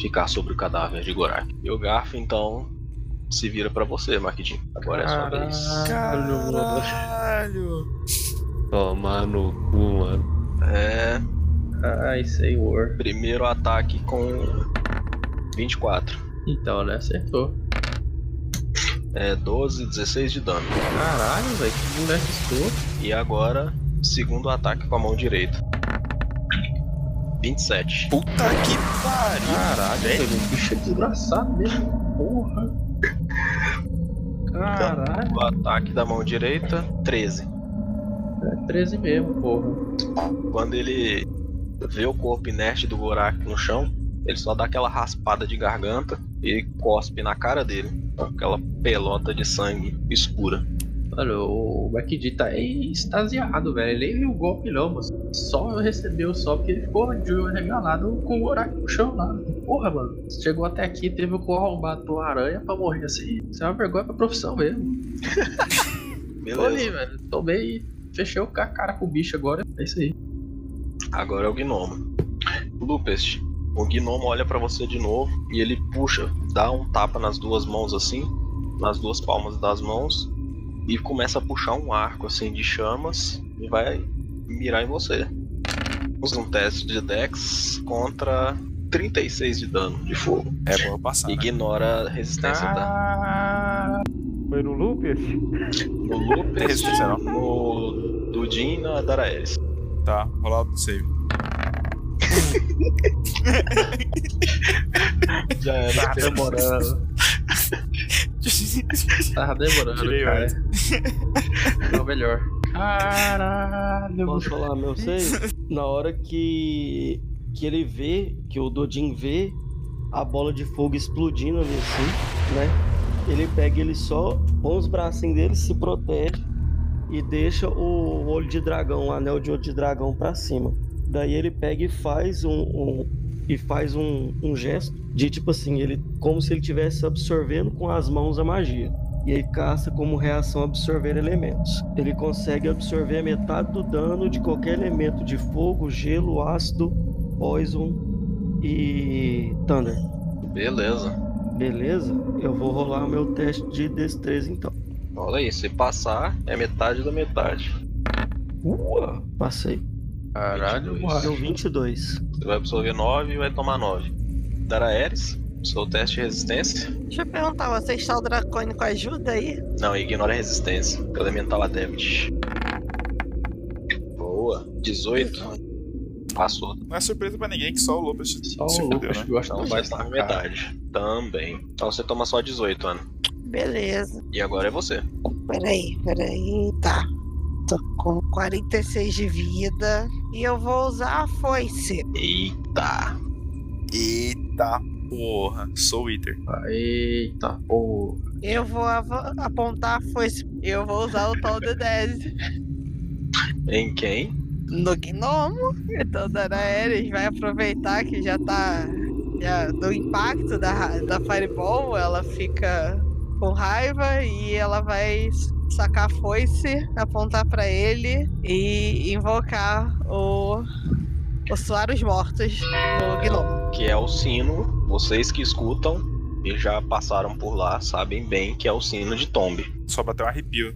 [SPEAKER 2] ficar sobre o cadáver de Gorak. E o Garf, então, se vira pra você, Marquinhos. Agora é a sua vez.
[SPEAKER 4] Caralho, mano.
[SPEAKER 5] caralho.
[SPEAKER 8] Tomar no cu, mano.
[SPEAKER 2] É,
[SPEAKER 4] Ai, senhor.
[SPEAKER 2] primeiro ataque com 24.
[SPEAKER 4] Então, né? Acertou.
[SPEAKER 2] É 12, 16 de dano.
[SPEAKER 4] Caralho, velho, que moleque escroto.
[SPEAKER 2] E agora, segundo ataque com a mão direita. 27.
[SPEAKER 5] Puta que pariu.
[SPEAKER 4] Caralho, velho, o bicho é desgraçado mesmo. Porra. Caralho,
[SPEAKER 2] O ataque da mão direita, 13.
[SPEAKER 4] é 13 mesmo, porra.
[SPEAKER 2] Quando ele vê o corpo inerte do Gorak no chão, ele só dá aquela raspada de garganta e cospe na cara dele. com Aquela pelota de sangue escura.
[SPEAKER 4] Mano, o Makidi tá extasiado, velho. Ele nem viu o golpe, não, mas só recebeu só porque ele ficou de olho regalado com o Gorak no chão lá. Porra, mano. Chegou até aqui, teve que arrombar a tua aranha pra morrer assim. Isso é uma vergonha pra profissão mesmo. Tô ali,
[SPEAKER 2] Beleza.
[SPEAKER 4] velho. Tomei e fechei o ca- cara com o bicho agora. É isso aí.
[SPEAKER 2] Agora é o gnomo. Lupest, o gnomo olha pra você de novo e ele puxa, dá um tapa nas duas mãos assim, nas duas palmas das mãos, e começa a puxar um arco assim de chamas e vai mirar em você. Usa um teste de Dex contra 36 de dano de fogo.
[SPEAKER 5] É, vou passar. né?
[SPEAKER 2] Ignora a resistência da.
[SPEAKER 3] Foi no Lupias?
[SPEAKER 2] No
[SPEAKER 5] Tem
[SPEAKER 2] Lopes,
[SPEAKER 5] resistência não.
[SPEAKER 2] no Dudin e na Daraeris.
[SPEAKER 5] Tá, rolar o save.
[SPEAKER 2] Já era.
[SPEAKER 4] Tá demorando. Tá demorando,
[SPEAKER 5] Tirei
[SPEAKER 4] cara. Não, melhor. Caralho.
[SPEAKER 6] Posso falar meu save? Na hora que, que ele vê, que o Dodin vê a bola de fogo explodindo ali assim, né? Ele pega ele só, põe os bracinhos dele, se protege e deixa o olho de dragão, o anel de olho de dragão pra cima. Daí ele pega e faz um, um- e faz um, um gesto de tipo assim, ele como se ele estivesse absorvendo com as mãos a magia e ele caça como reação absorver elementos. Ele consegue absorver a metade do dano de qualquer elemento de fogo, gelo, ácido, poison e thunder.
[SPEAKER 2] Beleza.
[SPEAKER 6] Beleza? Eu vou rolar meu teste de destreza então.
[SPEAKER 2] Olha aí, se passar, é metade da metade.
[SPEAKER 6] Ua, passei.
[SPEAKER 2] Caralho,
[SPEAKER 6] Deu 22.
[SPEAKER 2] Você vai absorver 9 e vai tomar 9. Daraeris, seu teste de resistência.
[SPEAKER 7] Deixa eu perguntar, você está o dracônico ajuda aí?
[SPEAKER 2] Não, ignora a resistência. porque Elemental Adept. Boa. 18. Passou.
[SPEAKER 5] Não é surpresa pra ninguém que só o Lopes se
[SPEAKER 4] Só
[SPEAKER 5] se
[SPEAKER 4] o
[SPEAKER 5] fudeu,
[SPEAKER 4] Lucas
[SPEAKER 5] né?
[SPEAKER 4] que gosta
[SPEAKER 2] Então
[SPEAKER 4] do
[SPEAKER 2] você
[SPEAKER 4] mais
[SPEAKER 2] tá
[SPEAKER 4] na
[SPEAKER 2] com
[SPEAKER 4] cara.
[SPEAKER 2] metade. Também. Então você toma só 18, Ana.
[SPEAKER 7] Beleza.
[SPEAKER 2] E agora é você.
[SPEAKER 7] Peraí, peraí. Tá. Tô com 46 de vida. E eu vou usar a foice.
[SPEAKER 2] Eita.
[SPEAKER 5] Eita porra, sou o Iter.
[SPEAKER 4] Eita porra.
[SPEAKER 7] Eu vou ava- apontar a foice. Eu vou usar o tal de 10
[SPEAKER 2] Em quem?
[SPEAKER 7] no gnomo. Então, Dana Eris vai aproveitar que já tá. Já, do impacto da, ra- da Fireball, ela fica com raiva e ela vai sacar a foice, apontar pra ele e invocar o. O Suar os Mortos no Gnomo.
[SPEAKER 2] Que é o sino. Vocês que escutam e já passaram por lá sabem bem que é o sino de Tombe.
[SPEAKER 5] Só bateu um arrepio.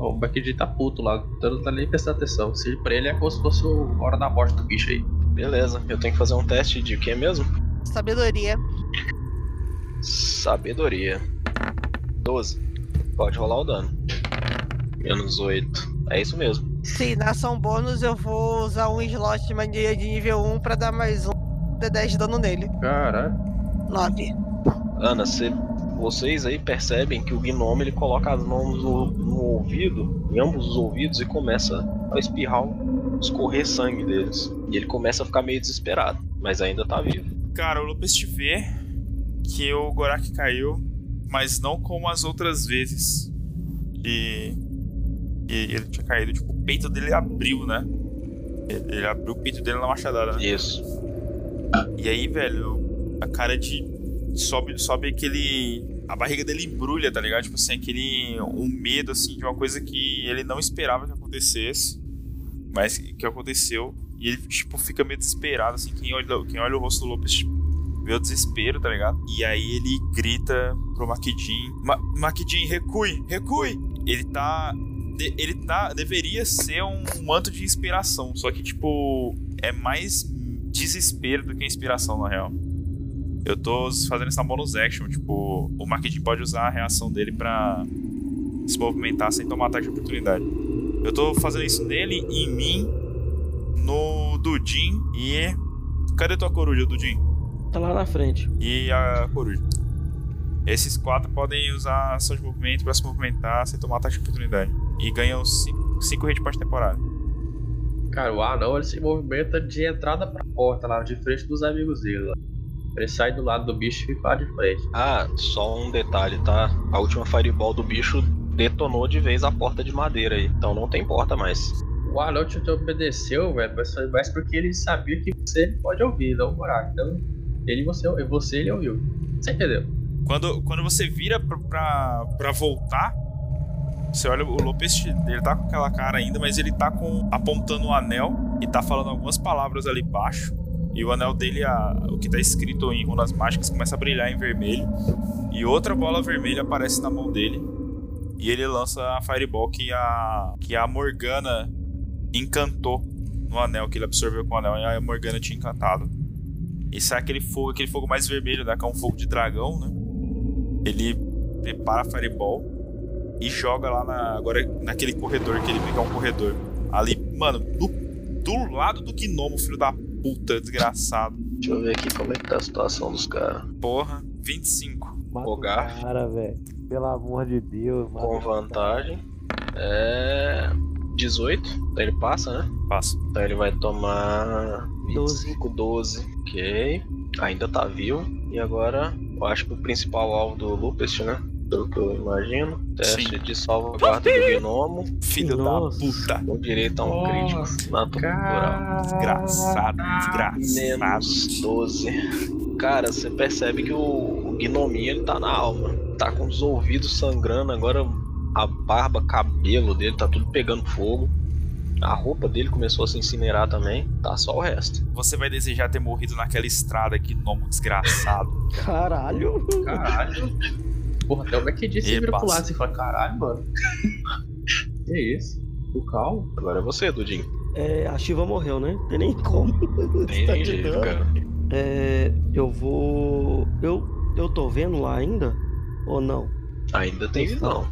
[SPEAKER 4] Ó, O Bakid tá puto lá, então não tá nem prestando atenção. Se pra ele é como se fosse o hora da morte do bicho aí.
[SPEAKER 2] Beleza, eu tenho que fazer um teste de quê mesmo?
[SPEAKER 7] Sabedoria.
[SPEAKER 2] Sabedoria. 12. Pode rolar o dano. Menos 8. É isso mesmo.
[SPEAKER 7] Sim, na ação um bônus eu vou usar um slot de mania de nível 1 pra dar mais um D10 de dano nele.
[SPEAKER 4] Caralho.
[SPEAKER 7] 9.
[SPEAKER 2] Ana, cê- vocês aí percebem que o gnomo ele coloca as mãos no, no ouvido, em ambos os ouvidos, e começa a espirrar, o- escorrer sangue deles. E ele começa a ficar meio desesperado, mas ainda tá vivo.
[SPEAKER 5] Cara, o Lopes te vê que o Gorak caiu, mas não como as outras vezes. E, e ele tinha caído, tipo, o peito dele abriu, né? Ele, ele abriu o peito dele na machadada, né?
[SPEAKER 2] Isso.
[SPEAKER 5] E aí, velho, a cara de. Sobe, sobe aquele. A barriga dele embrulha, tá ligado? Tipo assim, aquele. Um medo, assim, de uma coisa que ele não esperava que acontecesse, mas que aconteceu. E ele, tipo, fica meio desesperado, assim. Quem olha, quem olha o rosto do Lopes tipo, vê o desespero, tá ligado? E aí ele grita pro Maquidin: Ma Maquidin, recue, recue! Ele tá. de- ele tá. Deveria ser um manto de inspiração, só que, tipo, é mais desespero do que inspiração, na real. Eu tô fazendo essa bonus action, tipo, o marketing pode usar a reação dele pra se movimentar sem tomar ataque de oportunidade. Eu tô fazendo isso nele, em mim, no Dudin e. Cadê tua coruja, Dudin?
[SPEAKER 6] Tá lá na frente.
[SPEAKER 5] E a coruja. Esses quatro podem usar ação de movimento pra se movimentar sem tomar ataque de oportunidade. E ganham 5 hit points temporária.
[SPEAKER 4] Cara, o anão ele se movimenta de entrada pra porta lá, de frente dos amigos dele. lá. Ele sai do lado do bicho e para de frente.
[SPEAKER 2] Ah, só um detalhe, tá? A última fireball do bicho detonou de vez a porta de madeira aí. Então não tem porta mais.
[SPEAKER 4] O anão te te obedeceu, velho, mas foi mais porque ele sabia que você pode ouvir, não o buraco. Então, ele você, você ele ouviu. Você entendeu?
[SPEAKER 5] Quando, quando você vira pra, pra, pra voltar, você olha o Lopes, te- ele tá com aquela cara ainda, mas ele tá com apontando o anel e tá falando algumas palavras ali embaixo. E o anel dele, a- o que tá escrito em runas mágicas, começa a brilhar em vermelho. E outra bola vermelha aparece na mão dele. E ele lança a Fireball que a, que a Morgana encantou no anel, que ele absorveu com o anel, e a Morgana tinha encantado. é E sai aquele fogo, aquele fogo mais vermelho, né? Que é um fogo de dragão, né? ele prepara a Fireball e joga lá na, agora naquele corredor que ele meio que é um corredor. Ali, mano, do, do lado do gnomo, filho da puta, desgraçado.
[SPEAKER 2] Deixa eu ver aqui como é que tá a situação dos caras.
[SPEAKER 5] Porra, 25.
[SPEAKER 3] Mata
[SPEAKER 4] Ô,
[SPEAKER 3] o
[SPEAKER 4] Garf.
[SPEAKER 3] cara, velho. Pelo amor de Deus, mata
[SPEAKER 2] Com
[SPEAKER 3] o cara.
[SPEAKER 2] vantagem. É. 18. Então ele passa, né?
[SPEAKER 5] Passa.
[SPEAKER 2] Então ele vai tomar 25, 12. Ok. Ainda tá vivo. E agora, eu acho que o principal alvo do Lupest, né? Pelo que eu imagino. Teste de salvaguarda do gnomo.
[SPEAKER 5] Filho
[SPEAKER 6] Nossa.
[SPEAKER 5] da puta.
[SPEAKER 2] Com direito a um crítico natural.
[SPEAKER 5] Desgraçado, desgraçado.
[SPEAKER 2] Menos 12. Cara, você percebe que o, o gnominho ele tá na alma. Tá com os ouvidos sangrando, agora a barba, cabelo dele tá tudo pegando fogo. A roupa dele começou a se incinerar também. Tá só o resto.
[SPEAKER 5] Você vai desejar ter morrido naquela estrada, gnomo desgraçado.
[SPEAKER 6] Caralho!
[SPEAKER 4] Caralho. Porra, até o Beck disse
[SPEAKER 5] Epa.
[SPEAKER 4] vira pro lado e fala, caralho, mano. que isso? O Cal?
[SPEAKER 2] Agora é você, Dudinho.
[SPEAKER 6] É, a Shiva morreu, né? Tem nem como.
[SPEAKER 2] Tem
[SPEAKER 6] Tá de
[SPEAKER 2] jeito,
[SPEAKER 6] dano.
[SPEAKER 2] cara.
[SPEAKER 6] É, eu vou. Eu, eu tô vendo lá ainda? Ou não?
[SPEAKER 2] Ainda tem visão.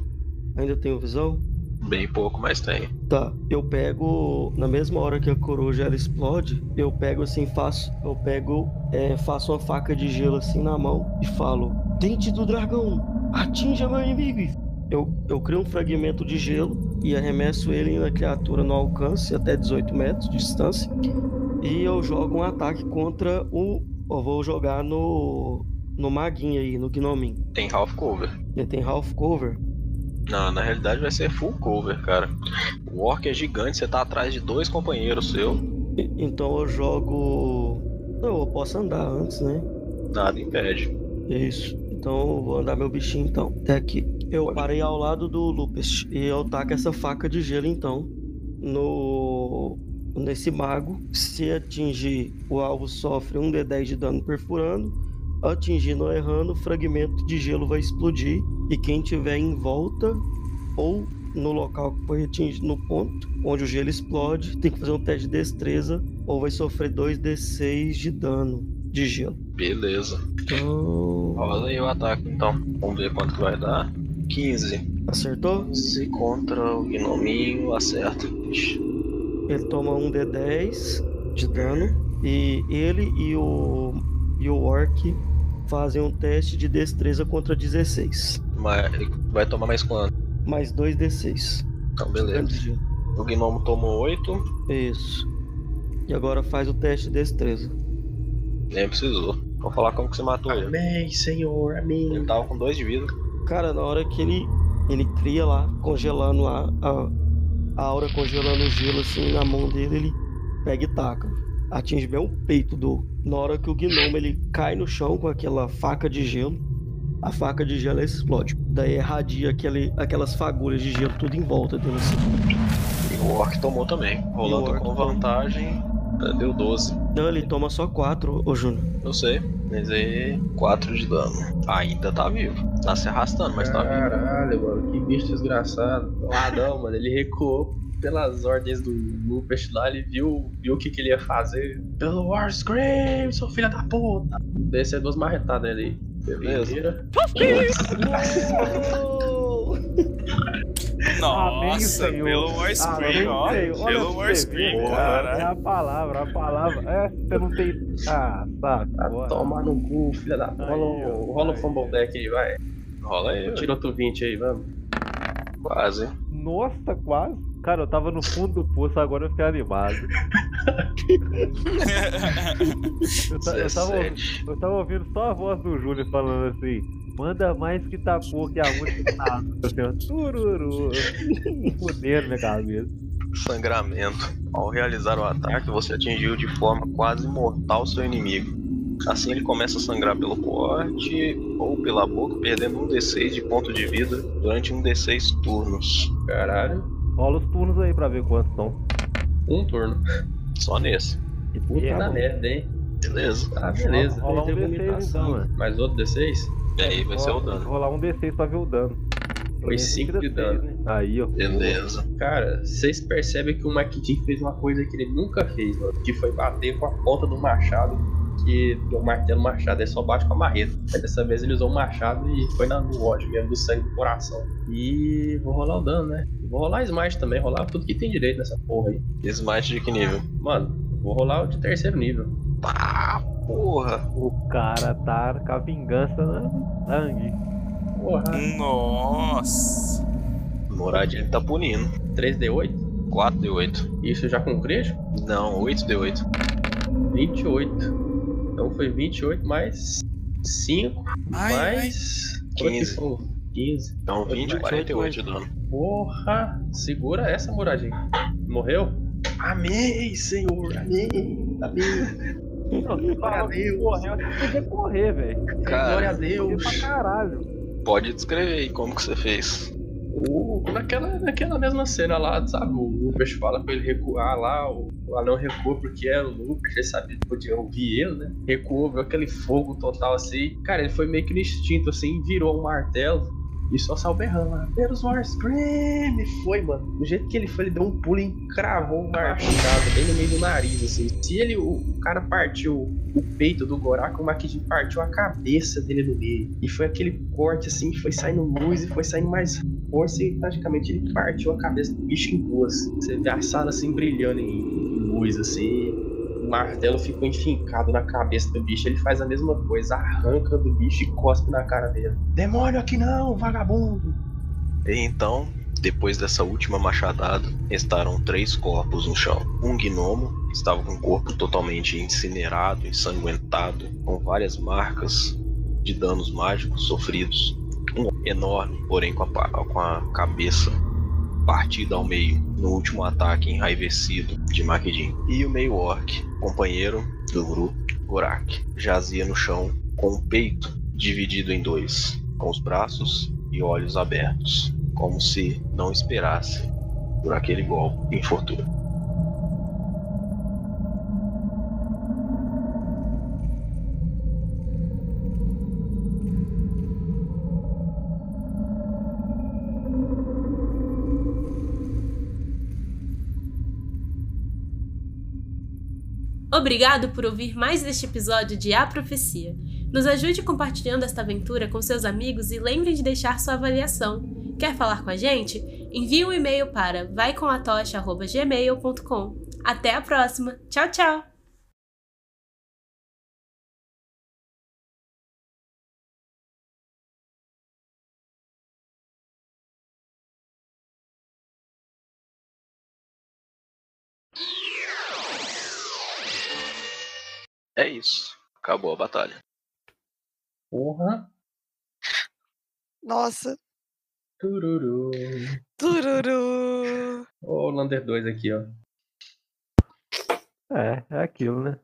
[SPEAKER 6] Ainda tenho visão?
[SPEAKER 2] Bem pouco, mas tem.
[SPEAKER 6] Tá, eu pego. Na mesma hora que a coruja ela explode, eu pego assim, faço. Eu pego. é, faço uma faca de gelo assim na mão e falo: Dente do dragão, atinja meu inimigo! Eu, eu crio um fragmento de gelo e arremesso ele na criatura no alcance, até 18 metros de distância. E eu jogo um ataque contra o. Eu vou jogar no. No maguinho aí, no gnominho.
[SPEAKER 2] Tem half cover.
[SPEAKER 6] Ele tem half cover.
[SPEAKER 2] Não, na realidade vai ser full cover, cara. O orc é gigante, você tá atrás de dois companheiros seu.
[SPEAKER 6] E- Então eu jogo. Não, eu posso andar antes, né?
[SPEAKER 2] Nada impede.
[SPEAKER 6] Isso. Então eu vou andar meu bichinho então. Até aqui. Eu
[SPEAKER 2] Pode.
[SPEAKER 6] parei ao lado do Lupus e eu taco essa faca de gelo então. No. Nesse mago. Se atingir, o alvo sofre um D10 de dano perfurando. Atingindo ou errando, o fragmento de gelo vai explodir. E quem tiver em volta ou no local que foi atingido, no ponto onde o gelo explode, tem que fazer um teste de destreza ou vai sofrer 2D6 de dano de gelo.
[SPEAKER 2] Beleza.
[SPEAKER 6] Então.
[SPEAKER 2] Rola aí o ataque então. Vamos ver quanto que vai dar. 15.
[SPEAKER 6] Acertou?
[SPEAKER 2] 15 contra o gnominho, acerta. Ixi,
[SPEAKER 6] Ele toma um D10 de dano. E ele e o. e o Orc fazem um teste de destreza contra 16.
[SPEAKER 2] Mas vai tomar mais quanto?
[SPEAKER 6] Mais 2D6.
[SPEAKER 2] Então
[SPEAKER 6] de dano de
[SPEAKER 2] beleza.
[SPEAKER 6] gelo.
[SPEAKER 2] O gnomo tomou 8,
[SPEAKER 6] Isso. E agora faz o teste de destreza.
[SPEAKER 2] nem precisou. Vou falar como que você matou ele.
[SPEAKER 4] Amém, senhor,
[SPEAKER 2] Ele
[SPEAKER 4] amém.
[SPEAKER 2] tava com 2 de vida.
[SPEAKER 6] Cara, na hora que ele. ele cria lá, congelando lá a, a aura congelando o gelo assim na mão dele, ele pega e taca. Atinge bem o peito do. Na hora que o gnomo ele cai no chão com aquela faca de gelo, a faca de gelo explode. Daí irradia aquele, aquelas fagulhas de gelo tudo em volta dele assim.
[SPEAKER 2] E o orc tomou também.
[SPEAKER 6] E o
[SPEAKER 2] Rolando
[SPEAKER 6] orc
[SPEAKER 2] com
[SPEAKER 6] tomou.
[SPEAKER 2] vantagem, deu 12.
[SPEAKER 6] Não, ele toma só quatro, ô Júnior.
[SPEAKER 2] Eu sei, mas aí 4 de dano. Ainda tá vivo. Tá se arrastando, mas
[SPEAKER 4] É.
[SPEAKER 2] tá vivo.
[SPEAKER 4] Caralho, mano, que bicho desgraçado. Ladão, mano, ele recuou pelas ordens do Lupest lá, ele viu, viu o que, que ele ia fazer. Pelo War Scream, seu filho da puta! Desceu é duas marretadas ali.
[SPEAKER 2] Beleza.
[SPEAKER 4] Primeira.
[SPEAKER 5] Nossa,
[SPEAKER 3] Senhor.
[SPEAKER 5] pelo War Scream,
[SPEAKER 3] Amém,
[SPEAKER 5] ó.
[SPEAKER 3] Senhor. Olha
[SPEAKER 5] Pelo
[SPEAKER 3] pra
[SPEAKER 5] War
[SPEAKER 3] você ver,
[SPEAKER 5] Scream,
[SPEAKER 3] cara. É
[SPEAKER 5] cara.
[SPEAKER 3] a palavra, a palavra. É, você não tem. Ah, sabe.
[SPEAKER 4] Ah, Toma no cu, filha da puta.
[SPEAKER 3] Aí,
[SPEAKER 4] Rola
[SPEAKER 3] ó,
[SPEAKER 4] o- rola o
[SPEAKER 3] aí.
[SPEAKER 4] fumble deck aí, vai.
[SPEAKER 2] Rola aí,
[SPEAKER 4] Tira outro 20 aí, vamos.
[SPEAKER 2] quase.
[SPEAKER 3] Nossa, quase. Cara, eu tava no fundo do poço, agora eu fiquei animado. eu, ta- eu tava,
[SPEAKER 2] 17.
[SPEAKER 3] eu tava ouvindo só a voz do Júlio falando assim: manda mais que tá pouco e a música tá. Assim, ó, tururu. né, Fudendo minha cabeça.
[SPEAKER 2] Sangramento. Ao realizar o ataque, você atingiu de forma quase mortal seu inimigo. Assim ele começa a sangrar pelo corte ou pela boca, perdendo um D6 de ponto de vida durante um D6 turnos.
[SPEAKER 4] Caralho.
[SPEAKER 3] Rola os turnos aí pra ver quantos são.
[SPEAKER 4] Um turno.
[SPEAKER 2] Só nesse.
[SPEAKER 3] E é puta
[SPEAKER 4] Puta merda, hein?
[SPEAKER 2] Beleza.
[SPEAKER 4] Tá, é beleza.
[SPEAKER 3] Rola um
[SPEAKER 6] Ele teve
[SPEAKER 3] D6 então,
[SPEAKER 6] vomitação.
[SPEAKER 3] mano.
[SPEAKER 4] Mais outro D6?
[SPEAKER 2] E aí vai ser o dano.
[SPEAKER 3] Rolar um D6 pra ver o dano.
[SPEAKER 4] Foi cinco de dano.
[SPEAKER 3] né? Aí, ó.
[SPEAKER 2] Beleza.
[SPEAKER 4] Cara, vocês percebem que o Mike Jim fez uma coisa que ele nunca fez, mano. Que foi bater com a ponta do machado que deu martelo machado, ele só bate com a marreta. Mas dessa vez ele usou o machado e foi na, no ódio mesmo, do sangue do coração. E vou rolar o dano, né? Vou rolar smite também, rolar tudo que tem direito nessa porra aí.
[SPEAKER 2] Smite de que nível?
[SPEAKER 4] Mano, vou rolar o de terceiro nível.
[SPEAKER 2] Pá, Ah, porra.
[SPEAKER 3] O cara tá com a vingança na sangue.
[SPEAKER 4] Porra,
[SPEAKER 5] Nossa!
[SPEAKER 2] Morad ele tá punindo.
[SPEAKER 4] 3D8?
[SPEAKER 2] 4D8.
[SPEAKER 4] Isso já com crítico?
[SPEAKER 2] Não, 8D8.
[SPEAKER 4] 28. Então foi 28 mais 5 mais. quanto que
[SPEAKER 2] 15.
[SPEAKER 4] foi? 15.
[SPEAKER 2] Então 20 e 48 de dano.
[SPEAKER 4] Porra! Segura essa, Muradinho. Morreu?
[SPEAKER 2] Amei, senhor. Amei. Amei.
[SPEAKER 3] Não, você falou que correu, você podia correr, velho.
[SPEAKER 4] Glória a
[SPEAKER 2] Cara,
[SPEAKER 3] Correr
[SPEAKER 4] Deus!
[SPEAKER 3] pra caralho.
[SPEAKER 2] pode descrever aí como que você fez.
[SPEAKER 4] O- naquela, naquela mesma cena lá, sabe? O Lucas fala pra ele recuar lá, o, o anão recua porque era o Lucas, ele sabia que podia ouvir ele, né? Recuou, viu aquele fogo total assim. Cara, ele foi meio que no instinto assim, virou um martelo e só saiu berrando lá. Pelos War Scream! E foi, mano. Do jeito que ele foi, ele deu um pulo e cravou o machado bem no meio do nariz, assim. Se ele, o, o cara partiu o peito do Gorak, o Makijin partiu a cabeça dele no meio. E foi aquele corte assim, foi saindo luz e foi saindo mais força e praticamente ele partiu a cabeça do bicho em duas. Você vê a sala assim brilhando em em luz, assim. O martelo ficou enfincado na cabeça do bicho. Ele faz a mesma coisa, arranca do bicho e cospe na cara dele. Demônio aqui não, vagabundo!
[SPEAKER 2] E então, depois dessa última machadada, restaram três corpos no chão. Um gnomo que estava com o corpo totalmente incinerado, ensanguentado, com várias marcas de danos mágicos sofridos. Um enorme, porém com a, pa- com a cabeça partida ao meio no último ataque enraivecido de Makedin. E o meio orc, companheiro do grupo, Gorak, jazia no chão com o peito dividido em dois, com os braços e olhos abertos, como se não esperasse por aquele golpe infortuna.
[SPEAKER 10] Obrigado por ouvir mais este episódio de A Profecia. Nos ajude compartilhando esta aventura com seus amigos e lembre de deixar sua avaliação. Quer falar com a gente? Envie um e-mail para vaicomatocha.gmail.com. Até a próxima! Tchau, tchau!
[SPEAKER 2] É isso. Acabou a batalha.
[SPEAKER 4] Porra!
[SPEAKER 7] Nossa.
[SPEAKER 4] Tururu!
[SPEAKER 7] Tururu.
[SPEAKER 4] Ó, o Lander 2 aqui, ó.
[SPEAKER 3] É, é aquilo, né?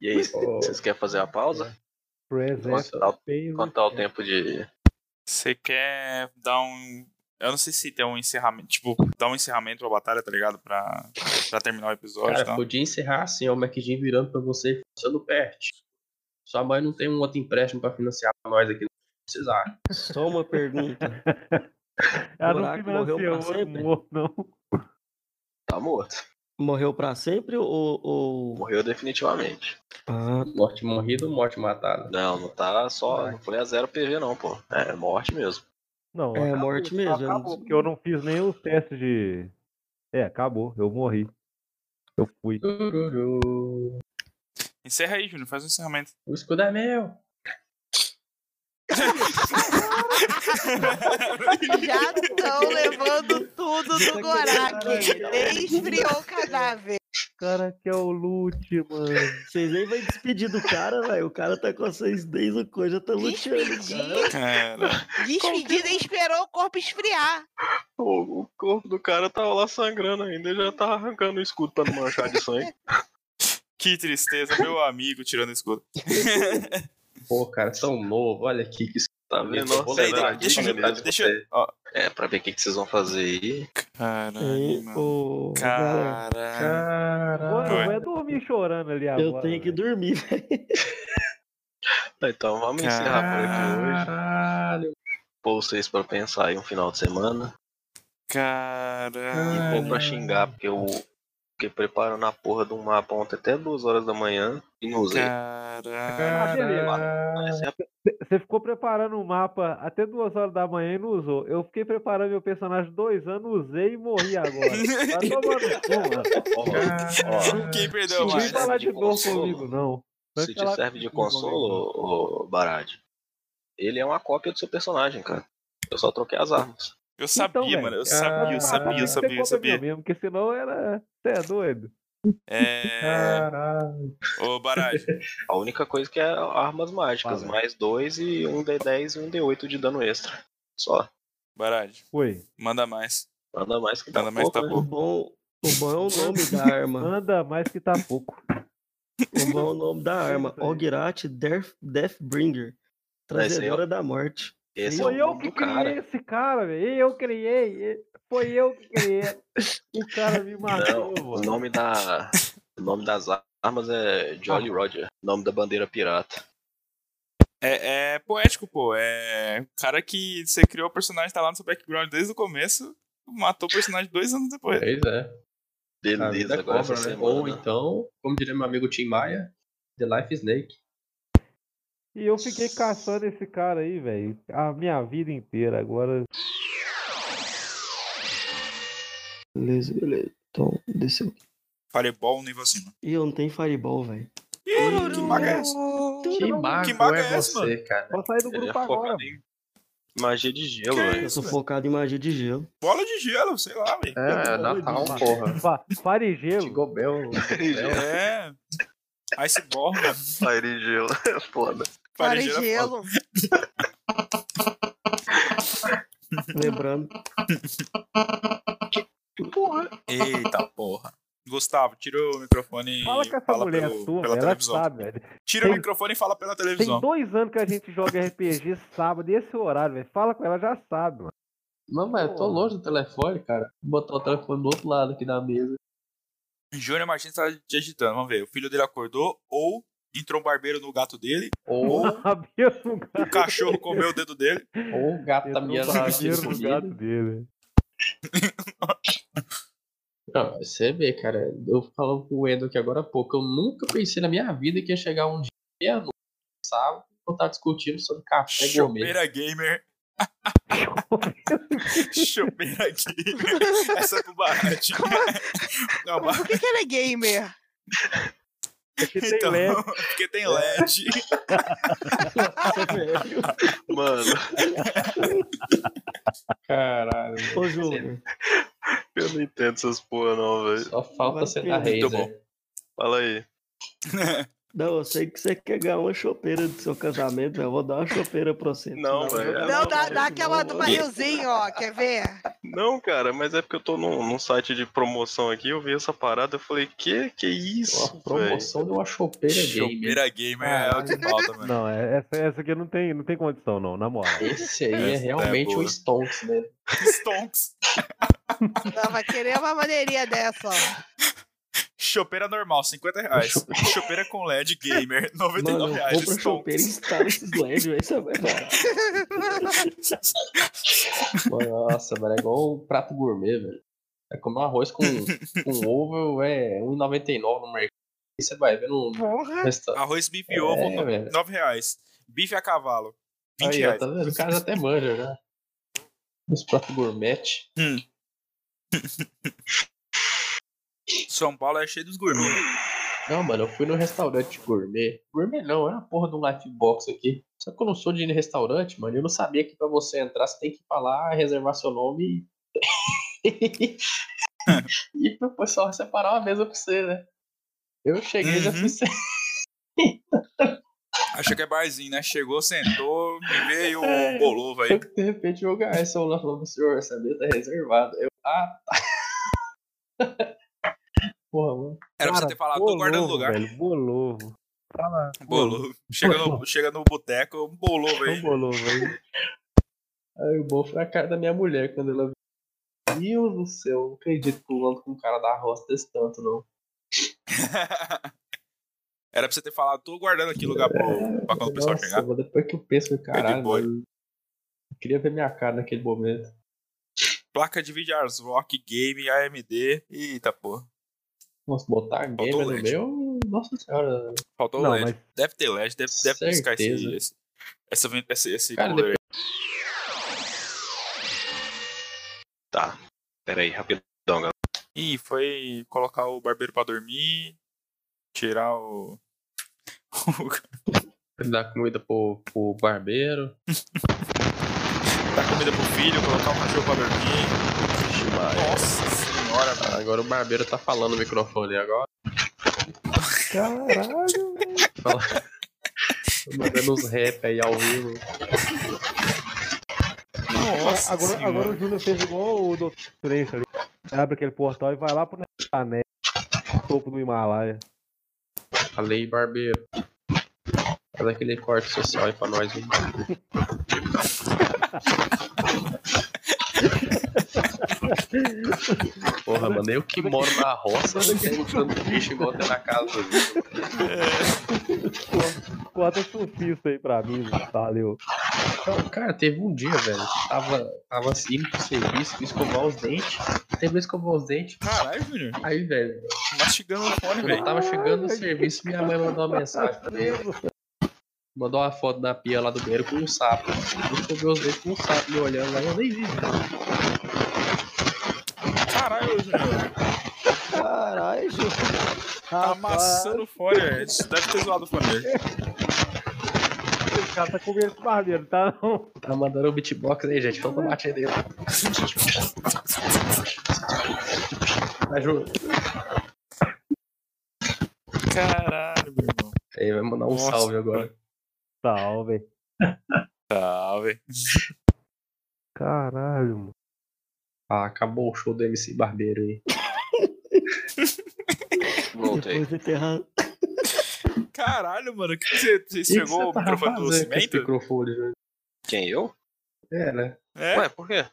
[SPEAKER 2] E aí, vocês querem fazer a pausa?
[SPEAKER 3] Present
[SPEAKER 2] Nossa, dá-
[SPEAKER 4] É.
[SPEAKER 3] Pain.
[SPEAKER 6] né?
[SPEAKER 2] Contar o tempo de.
[SPEAKER 5] Você quer dar um. Eu não sei se tem um encerramento. Tipo, dar um encerramento pra batalha, tá ligado? Pra, pra terminar o episódio e
[SPEAKER 4] Cara,
[SPEAKER 5] tal.
[SPEAKER 4] podia encerrar assim, ó, o McGin virando pra você e falando, perte. Sua mãe não tem um outro empréstimo pra financiar nós aqui, não precisar.
[SPEAKER 6] Só uma pergunta.
[SPEAKER 3] Ela
[SPEAKER 6] Buraco
[SPEAKER 3] Ah, não
[SPEAKER 6] morreu pra
[SPEAKER 3] financiou,
[SPEAKER 6] sempre?
[SPEAKER 3] não, não.
[SPEAKER 2] Tá morto.
[SPEAKER 6] Morreu pra sempre ou. ou...
[SPEAKER 2] Morreu definitivamente.
[SPEAKER 6] Ah,
[SPEAKER 4] Morte morrida ou morte matada?
[SPEAKER 2] Não, não tá só. Não foi a zero PV, não, pô. É morte mesmo.
[SPEAKER 3] Não,
[SPEAKER 6] É,
[SPEAKER 3] acabou,
[SPEAKER 6] morte
[SPEAKER 3] só
[SPEAKER 6] mesmo, eu não-
[SPEAKER 3] Acabou, porque eu não fiz nem os testes de. É, acabou, eu morri. Eu fui.
[SPEAKER 4] Tururu.
[SPEAKER 5] Encerra aí, Júnior. Faz um encerramento.
[SPEAKER 4] O escudo é meu.
[SPEAKER 7] Já estão levando tudo do Gorak. Esfriou o cadáver.
[SPEAKER 3] O cara que é o loot, mano.
[SPEAKER 6] vocês nem vai despedir do cara, velho. O cara tá com vocês desde o coisa, tá luteando, cara.
[SPEAKER 7] Despedir.
[SPEAKER 5] Cara,
[SPEAKER 7] Despedida e esperou o corpo esfriar.
[SPEAKER 2] O, o corpo do cara tava lá sangrando ainda, ele já tava arrancando o escudo pra não manchar de sangue.
[SPEAKER 5] que tristeza, meu amigo tirando o escudo.
[SPEAKER 4] Pô, cara, tão novo. Olha aqui que escudo.
[SPEAKER 2] Tá vendo?
[SPEAKER 4] Eu vou
[SPEAKER 2] Nossa,
[SPEAKER 4] lembrar
[SPEAKER 2] é,
[SPEAKER 5] Peraí, deixa
[SPEAKER 4] disso,
[SPEAKER 5] eu.
[SPEAKER 4] lembrar de
[SPEAKER 5] Deixa eu. ó,
[SPEAKER 2] É, pra ver o que, que vocês vão fazer aí.
[SPEAKER 5] Caralho,
[SPEAKER 6] E,
[SPEAKER 5] mano.
[SPEAKER 6] ô, galera,
[SPEAKER 5] Caralho.
[SPEAKER 3] Mano,
[SPEAKER 4] Caralho.
[SPEAKER 3] vai dormir chorando ali agora.
[SPEAKER 6] eu tenho que
[SPEAKER 3] velho.
[SPEAKER 6] dormir, velho.
[SPEAKER 2] Então vamos encerrar por aqui hoje.
[SPEAKER 4] Caralho.
[SPEAKER 2] Pô, vocês pra pensar aí um final de semana. E
[SPEAKER 5] Caralho.
[SPEAKER 2] pô pra xingar, porque o Fiquei preparando a porra de um mapa ontem até duas horas da manhã e não usei.
[SPEAKER 5] Caraca.
[SPEAKER 2] Essa é a
[SPEAKER 3] Você ficou preparando o mapa até duas horas da manhã e não usou. Eu fiquei preparando meu personagem dois anos, usei e morri agora. Tá tomando
[SPEAKER 2] porra.
[SPEAKER 5] Quem perdeu
[SPEAKER 2] Sim,
[SPEAKER 3] Não vem
[SPEAKER 5] mais?
[SPEAKER 2] sim.
[SPEAKER 3] falar
[SPEAKER 2] de
[SPEAKER 3] de dor
[SPEAKER 2] consolo.
[SPEAKER 3] comigo, não. Vai
[SPEAKER 2] é. Se te
[SPEAKER 3] falar
[SPEAKER 2] serve de
[SPEAKER 3] comigo, não.
[SPEAKER 2] consolo, ô, ô, Barad, ele é uma cópia do seu personagem, cara. Eu só troquei as armas.
[SPEAKER 5] Eu sabia,
[SPEAKER 3] então, velho.
[SPEAKER 5] mano. Eu
[SPEAKER 3] Ah,
[SPEAKER 5] sabia, eu sabia, eu sabia, eu
[SPEAKER 3] você compra minha
[SPEAKER 5] sabia.
[SPEAKER 3] mesmo, porque senão era. Você é doido?
[SPEAKER 5] É. Ô, Barad,
[SPEAKER 2] A única coisa que é armas mágicas,
[SPEAKER 3] Fala.
[SPEAKER 2] mais dois e um D10 e um D8 de dano extra. Só.
[SPEAKER 5] Barad,
[SPEAKER 3] Oi.
[SPEAKER 5] manda mais.
[SPEAKER 2] Nada mais que
[SPEAKER 5] Nada mais que tá
[SPEAKER 2] né?
[SPEAKER 6] O bom, o bom é o nome da arma.
[SPEAKER 3] Anda mais que tá pouco.
[SPEAKER 6] O bom é o nome da arma. Ogirat Death, Deathbringer.
[SPEAKER 2] É, esse aí é o-
[SPEAKER 6] Trazedora da morte.
[SPEAKER 2] Esse é o
[SPEAKER 3] Foi eu
[SPEAKER 2] nome
[SPEAKER 3] que
[SPEAKER 2] do
[SPEAKER 3] criei
[SPEAKER 2] cara.
[SPEAKER 3] esse cara, velho. Eu criei. e- Foi eu que criei. O cara me matou,
[SPEAKER 2] O
[SPEAKER 3] mano.
[SPEAKER 2] nome da. O nome das armas é Jolly Roger. Nome da bandeira pirata.
[SPEAKER 5] É, é poético, pô. É. O cara que você criou o personagem, tá lá no seu background desde o começo, matou o personagem dois anos depois.
[SPEAKER 4] Pois é. A
[SPEAKER 2] Beleza,
[SPEAKER 4] vida
[SPEAKER 2] agora
[SPEAKER 4] cobra,
[SPEAKER 2] essa
[SPEAKER 4] né?
[SPEAKER 2] semana.
[SPEAKER 4] Ou então, como diria meu amigo Tim Maia, The Life Snake.
[SPEAKER 3] E eu fiquei caçando esse cara aí, velho. A minha vida inteira. Agora.
[SPEAKER 6] Beleza, beleza. Então, desceu.
[SPEAKER 5] Fireball nível acima.
[SPEAKER 6] Ih, eu não tenho fireball, velho.
[SPEAKER 5] Ih, que maga é essa?
[SPEAKER 4] Que mago,
[SPEAKER 5] que mago
[SPEAKER 4] é,
[SPEAKER 5] é esse,
[SPEAKER 4] você, cara?
[SPEAKER 3] Vou sair do
[SPEAKER 2] Ele é
[SPEAKER 3] grupo agora.
[SPEAKER 2] focado em magia de gelo,
[SPEAKER 5] Que
[SPEAKER 2] velho.
[SPEAKER 6] Eu
[SPEAKER 5] isso,
[SPEAKER 6] sou
[SPEAKER 5] velho?
[SPEAKER 6] focado em magia de gelo.
[SPEAKER 5] Bola de gelo, sei lá, velho.
[SPEAKER 4] É, Natal, porra.
[SPEAKER 3] Fa- Fare gelo.
[SPEAKER 4] Tigobel.
[SPEAKER 5] É. Iceborne.
[SPEAKER 2] Magia de gelo é foda.
[SPEAKER 7] Para
[SPEAKER 5] Parede era foda.
[SPEAKER 7] gelo.
[SPEAKER 6] Lembrando.
[SPEAKER 5] Eita porra. Gustavo, tira o microfone
[SPEAKER 3] Fala
[SPEAKER 5] e
[SPEAKER 3] com essa
[SPEAKER 5] fala
[SPEAKER 3] mulher
[SPEAKER 5] pelo-
[SPEAKER 3] sua,
[SPEAKER 5] pela
[SPEAKER 3] velho. Ela
[SPEAKER 5] televisão.
[SPEAKER 3] sabe, velho.
[SPEAKER 5] Tira o
[SPEAKER 3] Tem-
[SPEAKER 5] microfone e fala pela
[SPEAKER 3] Tem
[SPEAKER 5] televisão.
[SPEAKER 3] dois anos que a gente joga RPG sábado, e esse é horário, velho. Fala com ela, já sabe, mano.
[SPEAKER 4] Não, mas eu tô longe do telefone, cara. Vou botar o telefone do outro lado aqui da mesa.
[SPEAKER 5] Júnior Martins tá digitando, vamos ver. O filho dele acordou, ou entrou um barbeiro no gato dele,
[SPEAKER 4] Ou,
[SPEAKER 3] Sabia no
[SPEAKER 5] o Um cachorro comeu o dedo dele.
[SPEAKER 4] ou o gato tá
[SPEAKER 3] gato,
[SPEAKER 4] miando
[SPEAKER 3] Sabia
[SPEAKER 4] na esquina
[SPEAKER 3] no
[SPEAKER 4] comigo.
[SPEAKER 3] gato dele.
[SPEAKER 4] Não, você vê, cara. Eu falo com o Edo aqui agora há pouco. Eu nunca pensei na minha vida que ia chegar um dia no sábado eu estar discutindo sobre café É gourmet.
[SPEAKER 5] Chopeira Gamer. Chopeira Gamer. Essa é pro Barate. Não,
[SPEAKER 7] Por
[SPEAKER 5] Barate.
[SPEAKER 7] que, que ele é gamer?
[SPEAKER 3] Porque tem
[SPEAKER 5] Então,
[SPEAKER 3] LED.
[SPEAKER 5] porque tem LED.
[SPEAKER 2] Mano,
[SPEAKER 4] Caralho.
[SPEAKER 6] Ô, Júnior.
[SPEAKER 2] eu não entendo essas porra, não, velho.
[SPEAKER 4] Só falta
[SPEAKER 6] Vai
[SPEAKER 4] ser
[SPEAKER 6] ter.
[SPEAKER 4] da
[SPEAKER 6] Muito
[SPEAKER 4] Razer.
[SPEAKER 2] Fala aí.
[SPEAKER 6] Não, eu sei que você quer ganhar uma chopeira do seu casamento, velho. Eu vou dar uma chopeira pra você.
[SPEAKER 2] Não, velho. é
[SPEAKER 6] eu
[SPEAKER 7] Não,
[SPEAKER 6] vou
[SPEAKER 7] dá,
[SPEAKER 6] dar
[SPEAKER 7] dá
[SPEAKER 6] uma
[SPEAKER 7] aquela do
[SPEAKER 6] chopeira.
[SPEAKER 7] barrilzinho, ó. Quer ver?
[SPEAKER 2] Não, cara, mas é porque eu tô num, num site de promoção aqui, eu vi essa parada, eu falei, que que isso,
[SPEAKER 4] Uma
[SPEAKER 2] velho?
[SPEAKER 4] promoção de uma chopeira gamer.
[SPEAKER 5] Chopeira Gamer é o que falta, mano.
[SPEAKER 3] Não, é- essa, essa aqui não tem, não tem condição, não, na moral.
[SPEAKER 4] Esse aí é
[SPEAKER 5] Essa é
[SPEAKER 4] realmente
[SPEAKER 5] boa.
[SPEAKER 4] um stonks, né?
[SPEAKER 5] Stonks.
[SPEAKER 7] Ela vai querer uma maneirinha dessa, ó.
[SPEAKER 5] Chopeira normal, 50 reais. Chopeira com LED Gamer, 99
[SPEAKER 6] Mano, eu
[SPEAKER 5] reais.
[SPEAKER 6] compro a chopeira e
[SPEAKER 5] Ah, Stonks.
[SPEAKER 6] instalo esses LED, velho. Isso é barato.
[SPEAKER 4] Nossa, mano, é igual um prato gourmet, velho. É comer um arroz com, com ovo, é 1,99 no mercado. Aí você vai ver num
[SPEAKER 7] Porra.
[SPEAKER 4] restaurante.
[SPEAKER 5] Arroz, bife e
[SPEAKER 4] É,
[SPEAKER 5] ovo,
[SPEAKER 4] velho.
[SPEAKER 5] 9 reais. Bife a cavalo, 20
[SPEAKER 4] Aí, ó,
[SPEAKER 5] reais.
[SPEAKER 4] tá vendo? O cara já até manja, né? Os pratos gourmet.
[SPEAKER 5] São Paulo é cheio dos gourmet.
[SPEAKER 4] Não, mano, eu fui no restaurante gourmet. Gourmet não, é uma porra de um Lifebox aqui. Só que eu não sou de ir em restaurante, mano. Eu não sabia que pra você entrar, você tem que falar, reservar seu nome e. e pro pessoal separar uma mesa pra você, né? Eu cheguei e já
[SPEAKER 5] Uhum.
[SPEAKER 4] fui sem.
[SPEAKER 5] Achei que é barzinho, né? Chegou, sentou, me veio
[SPEAKER 4] É.
[SPEAKER 5] um bolovo aí.
[SPEAKER 4] De repente o garçom lá falou pro senhor, essa mesa é reservada. Eu, ah, tá. porra, mano.
[SPEAKER 5] Era pra você
[SPEAKER 3] Cara,
[SPEAKER 5] ter falado, tô guardando o
[SPEAKER 3] bolovo,
[SPEAKER 5] lugar.
[SPEAKER 3] Velho, bolovo.
[SPEAKER 4] Tá
[SPEAKER 3] Fala.
[SPEAKER 5] Bolovo. Chega no, chega no boteco, um bolovo
[SPEAKER 3] Não
[SPEAKER 5] aí.
[SPEAKER 3] bolovo, velho.
[SPEAKER 4] Aí o bom foi a cara da minha mulher quando ela viu. Meu Deus do céu, eu não acredito pulando com o cara da roça desse tanto, não.
[SPEAKER 5] Era pra você ter falado, tô guardando aqui lugar pro, pra quando o pessoal
[SPEAKER 4] Nossa,
[SPEAKER 5] chegar.
[SPEAKER 4] mas depois que eu penso, caralho,
[SPEAKER 5] boi.
[SPEAKER 4] mano, eu queria ver minha cara naquele momento.
[SPEAKER 5] Placa de vídeo Ars Rock, Game, AMD. Eita, pô.
[SPEAKER 4] Nossa, botar gamer
[SPEAKER 5] Faltou
[SPEAKER 4] no
[SPEAKER 5] leite.
[SPEAKER 4] meu. Nossa senhora.
[SPEAKER 5] Faltou
[SPEAKER 3] Não,
[SPEAKER 5] LED.
[SPEAKER 3] mas-
[SPEAKER 5] Deve ter LED, deve, deve piscar esse,
[SPEAKER 4] Certeza.
[SPEAKER 5] esse, essa ven- esse, esse
[SPEAKER 4] Cara,
[SPEAKER 5] cooler aí.
[SPEAKER 2] Tá. Pera aí, rapidão, galera.
[SPEAKER 5] Ih, foi colocar o barbeiro pra dormir, tirar o. o cara
[SPEAKER 4] Dar comida pro, pro barbeiro.
[SPEAKER 5] dar comida pro filho, colocar o cachorro pra dormir.
[SPEAKER 2] Vixe, Maria.
[SPEAKER 5] Nossa senhora,
[SPEAKER 4] Ah, Agora o barbeiro tá falando no microfone agora.
[SPEAKER 8] Caralho, velho.
[SPEAKER 4] Tô Mandando uns rap aí ao vivo.
[SPEAKER 5] velho. Nossa
[SPEAKER 3] agora,
[SPEAKER 5] senhora.
[SPEAKER 3] agora o Júnior fez igual o Dr. Strange ali. Abre aquele portal e vai lá pro Neve, topo do Himalaia.
[SPEAKER 4] Falei, barbeiro. Faz aquele corte social aí pra nós, hein? Porra, mano, eu que moro na roça, né? Que tem tanto bicho igual tem na casa.
[SPEAKER 3] Corta um surfista aí pra mim, Zé. valeu.
[SPEAKER 4] Então, cara, teve um dia, velho. Tava, tava assim, indo pro serviço, fui escovar os dentes. Teve escovar os dentes.
[SPEAKER 5] Caralho, Júnior.
[SPEAKER 4] Aí, velho,
[SPEAKER 5] Mastigando o fone,
[SPEAKER 4] quando
[SPEAKER 5] velho.
[SPEAKER 4] eu tava chegando no serviço, minha mãe mandou uma mensagem. Mandou uma foto da pia lá do banheiro com um sapo. Eu escovei os dentes com um sapo me olhando lá, eu nem vi, velho.
[SPEAKER 5] Caralho, Júnior.
[SPEAKER 8] Caralho, Júnior.
[SPEAKER 5] Tá amassando o fone, velho. Isso Deve ter zoado o fone dele.
[SPEAKER 3] O cara tá comendo esse barbeiro, tá? Não.
[SPEAKER 4] Tá mandando o beatbox aí, gente. Vamos bater nele. Tá junto.
[SPEAKER 5] Caralho, meu irmão.
[SPEAKER 4] Aí vai mandar um
[SPEAKER 5] Nossa,
[SPEAKER 4] salve agora.
[SPEAKER 3] Salve.
[SPEAKER 5] Tá, velho.
[SPEAKER 3] Caralho, mano.
[SPEAKER 4] Ah, acabou o show do MC Barbeiro aí.
[SPEAKER 2] Voltei.
[SPEAKER 6] Depois de ter ra-
[SPEAKER 5] Caralho, mano. O que que você, você
[SPEAKER 4] que
[SPEAKER 5] esfregou o
[SPEAKER 4] você tava
[SPEAKER 5] microfone do
[SPEAKER 4] fazendo com esse
[SPEAKER 5] cimento?
[SPEAKER 4] microfone, velho?
[SPEAKER 2] Quem, eu?
[SPEAKER 4] É, né?
[SPEAKER 5] É?
[SPEAKER 2] Ué, por quê?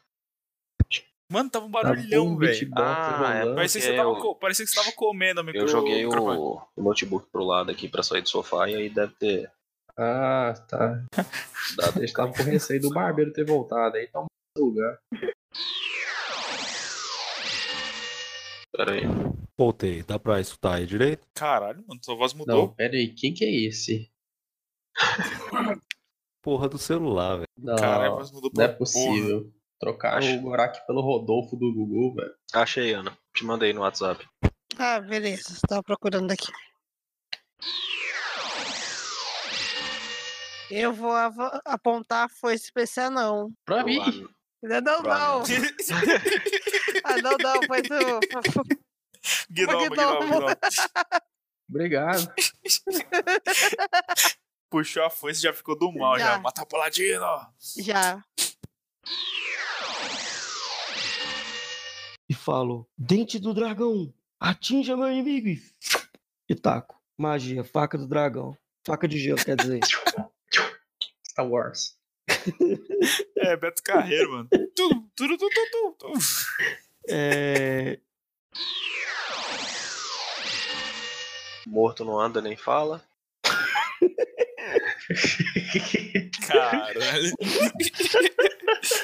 [SPEAKER 5] Mano, tava um
[SPEAKER 4] Tava
[SPEAKER 5] barulhão,
[SPEAKER 4] um
[SPEAKER 5] velho.
[SPEAKER 4] beatbox
[SPEAKER 2] Ah,
[SPEAKER 4] rolando.
[SPEAKER 5] Parecia que, você
[SPEAKER 2] É,
[SPEAKER 5] tava,
[SPEAKER 2] eu-
[SPEAKER 5] co- parecia que você tava comendo o micro-
[SPEAKER 2] Eu joguei o,
[SPEAKER 5] microfone.
[SPEAKER 2] o notebook pro lado aqui pra sair do sofá e aí deve ter
[SPEAKER 4] Ah, tá.
[SPEAKER 2] dado.
[SPEAKER 4] Eles estavam com receio do barbeiro ter voltado aí, toma o lugar.
[SPEAKER 2] Pera aí.
[SPEAKER 8] Voltei, dá pra escutar aí direito?
[SPEAKER 5] Caralho, mano, sua voz
[SPEAKER 4] Não,
[SPEAKER 5] mudou.
[SPEAKER 4] pera aí, quem que é esse?
[SPEAKER 8] Porra do celular, velho.
[SPEAKER 4] Não,
[SPEAKER 5] Caralho, a voz mudou
[SPEAKER 4] não
[SPEAKER 5] pra
[SPEAKER 4] é possível. Trocar
[SPEAKER 2] Acho.
[SPEAKER 4] o Gorak pelo Rodolfo do Gugu, velho.
[SPEAKER 2] Achei, Ana. Te mandei no WhatsApp.
[SPEAKER 7] Ah, beleza. Tava procurando aqui. Eu vou ava- apontar a foice pra esse anão.
[SPEAKER 4] Pra
[SPEAKER 2] Pro
[SPEAKER 4] mim,
[SPEAKER 2] anão.
[SPEAKER 7] Não, não,
[SPEAKER 2] Pro anão.
[SPEAKER 7] não. Ah, não, não. Foi do...
[SPEAKER 5] Gnomo, gnomo,
[SPEAKER 7] Gnomo.
[SPEAKER 5] gnomo.
[SPEAKER 4] obrigado.
[SPEAKER 5] Puxou a foice e já ficou do mal, já.
[SPEAKER 7] Já.
[SPEAKER 5] Matar o paladino.
[SPEAKER 7] Já.
[SPEAKER 6] e falo: Dente do dragão, atinja meu inimigo. E, e taco. Magia, faca do dragão. Faca de gelo, quer dizer.
[SPEAKER 4] Star Wars.
[SPEAKER 5] É, Beto Carreiro, mano. Tum, turu, tum, tum, tum, tum.
[SPEAKER 6] É,
[SPEAKER 2] Morto não anda nem fala.
[SPEAKER 5] Caralho.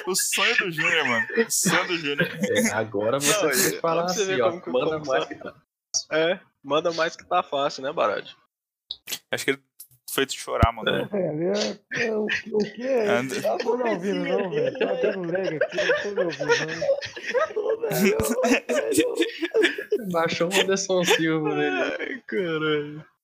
[SPEAKER 5] o sonho do Júnior, mano. O sonho do Júnior.
[SPEAKER 4] É, agora você
[SPEAKER 2] Não,
[SPEAKER 4] tem que
[SPEAKER 2] é,
[SPEAKER 4] falar
[SPEAKER 2] pra você
[SPEAKER 4] assim,
[SPEAKER 2] ver
[SPEAKER 4] ó.
[SPEAKER 2] como que-
[SPEAKER 4] manda
[SPEAKER 2] como que
[SPEAKER 4] mais
[SPEAKER 2] só-
[SPEAKER 4] que tá.
[SPEAKER 2] É, manda mais que tá fácil, né, Barad?
[SPEAKER 5] Acho que ele foi te chorar, mano.
[SPEAKER 3] Velho, é, é, o, o que é?
[SPEAKER 5] And-
[SPEAKER 3] Eu não tô me ouvindo, não, velho. Tá dando lag aqui, eu não tô me ouvindo, não.
[SPEAKER 6] É,
[SPEAKER 4] Baixou o Anderson Silva né? nele.
[SPEAKER 2] Ai, caralho.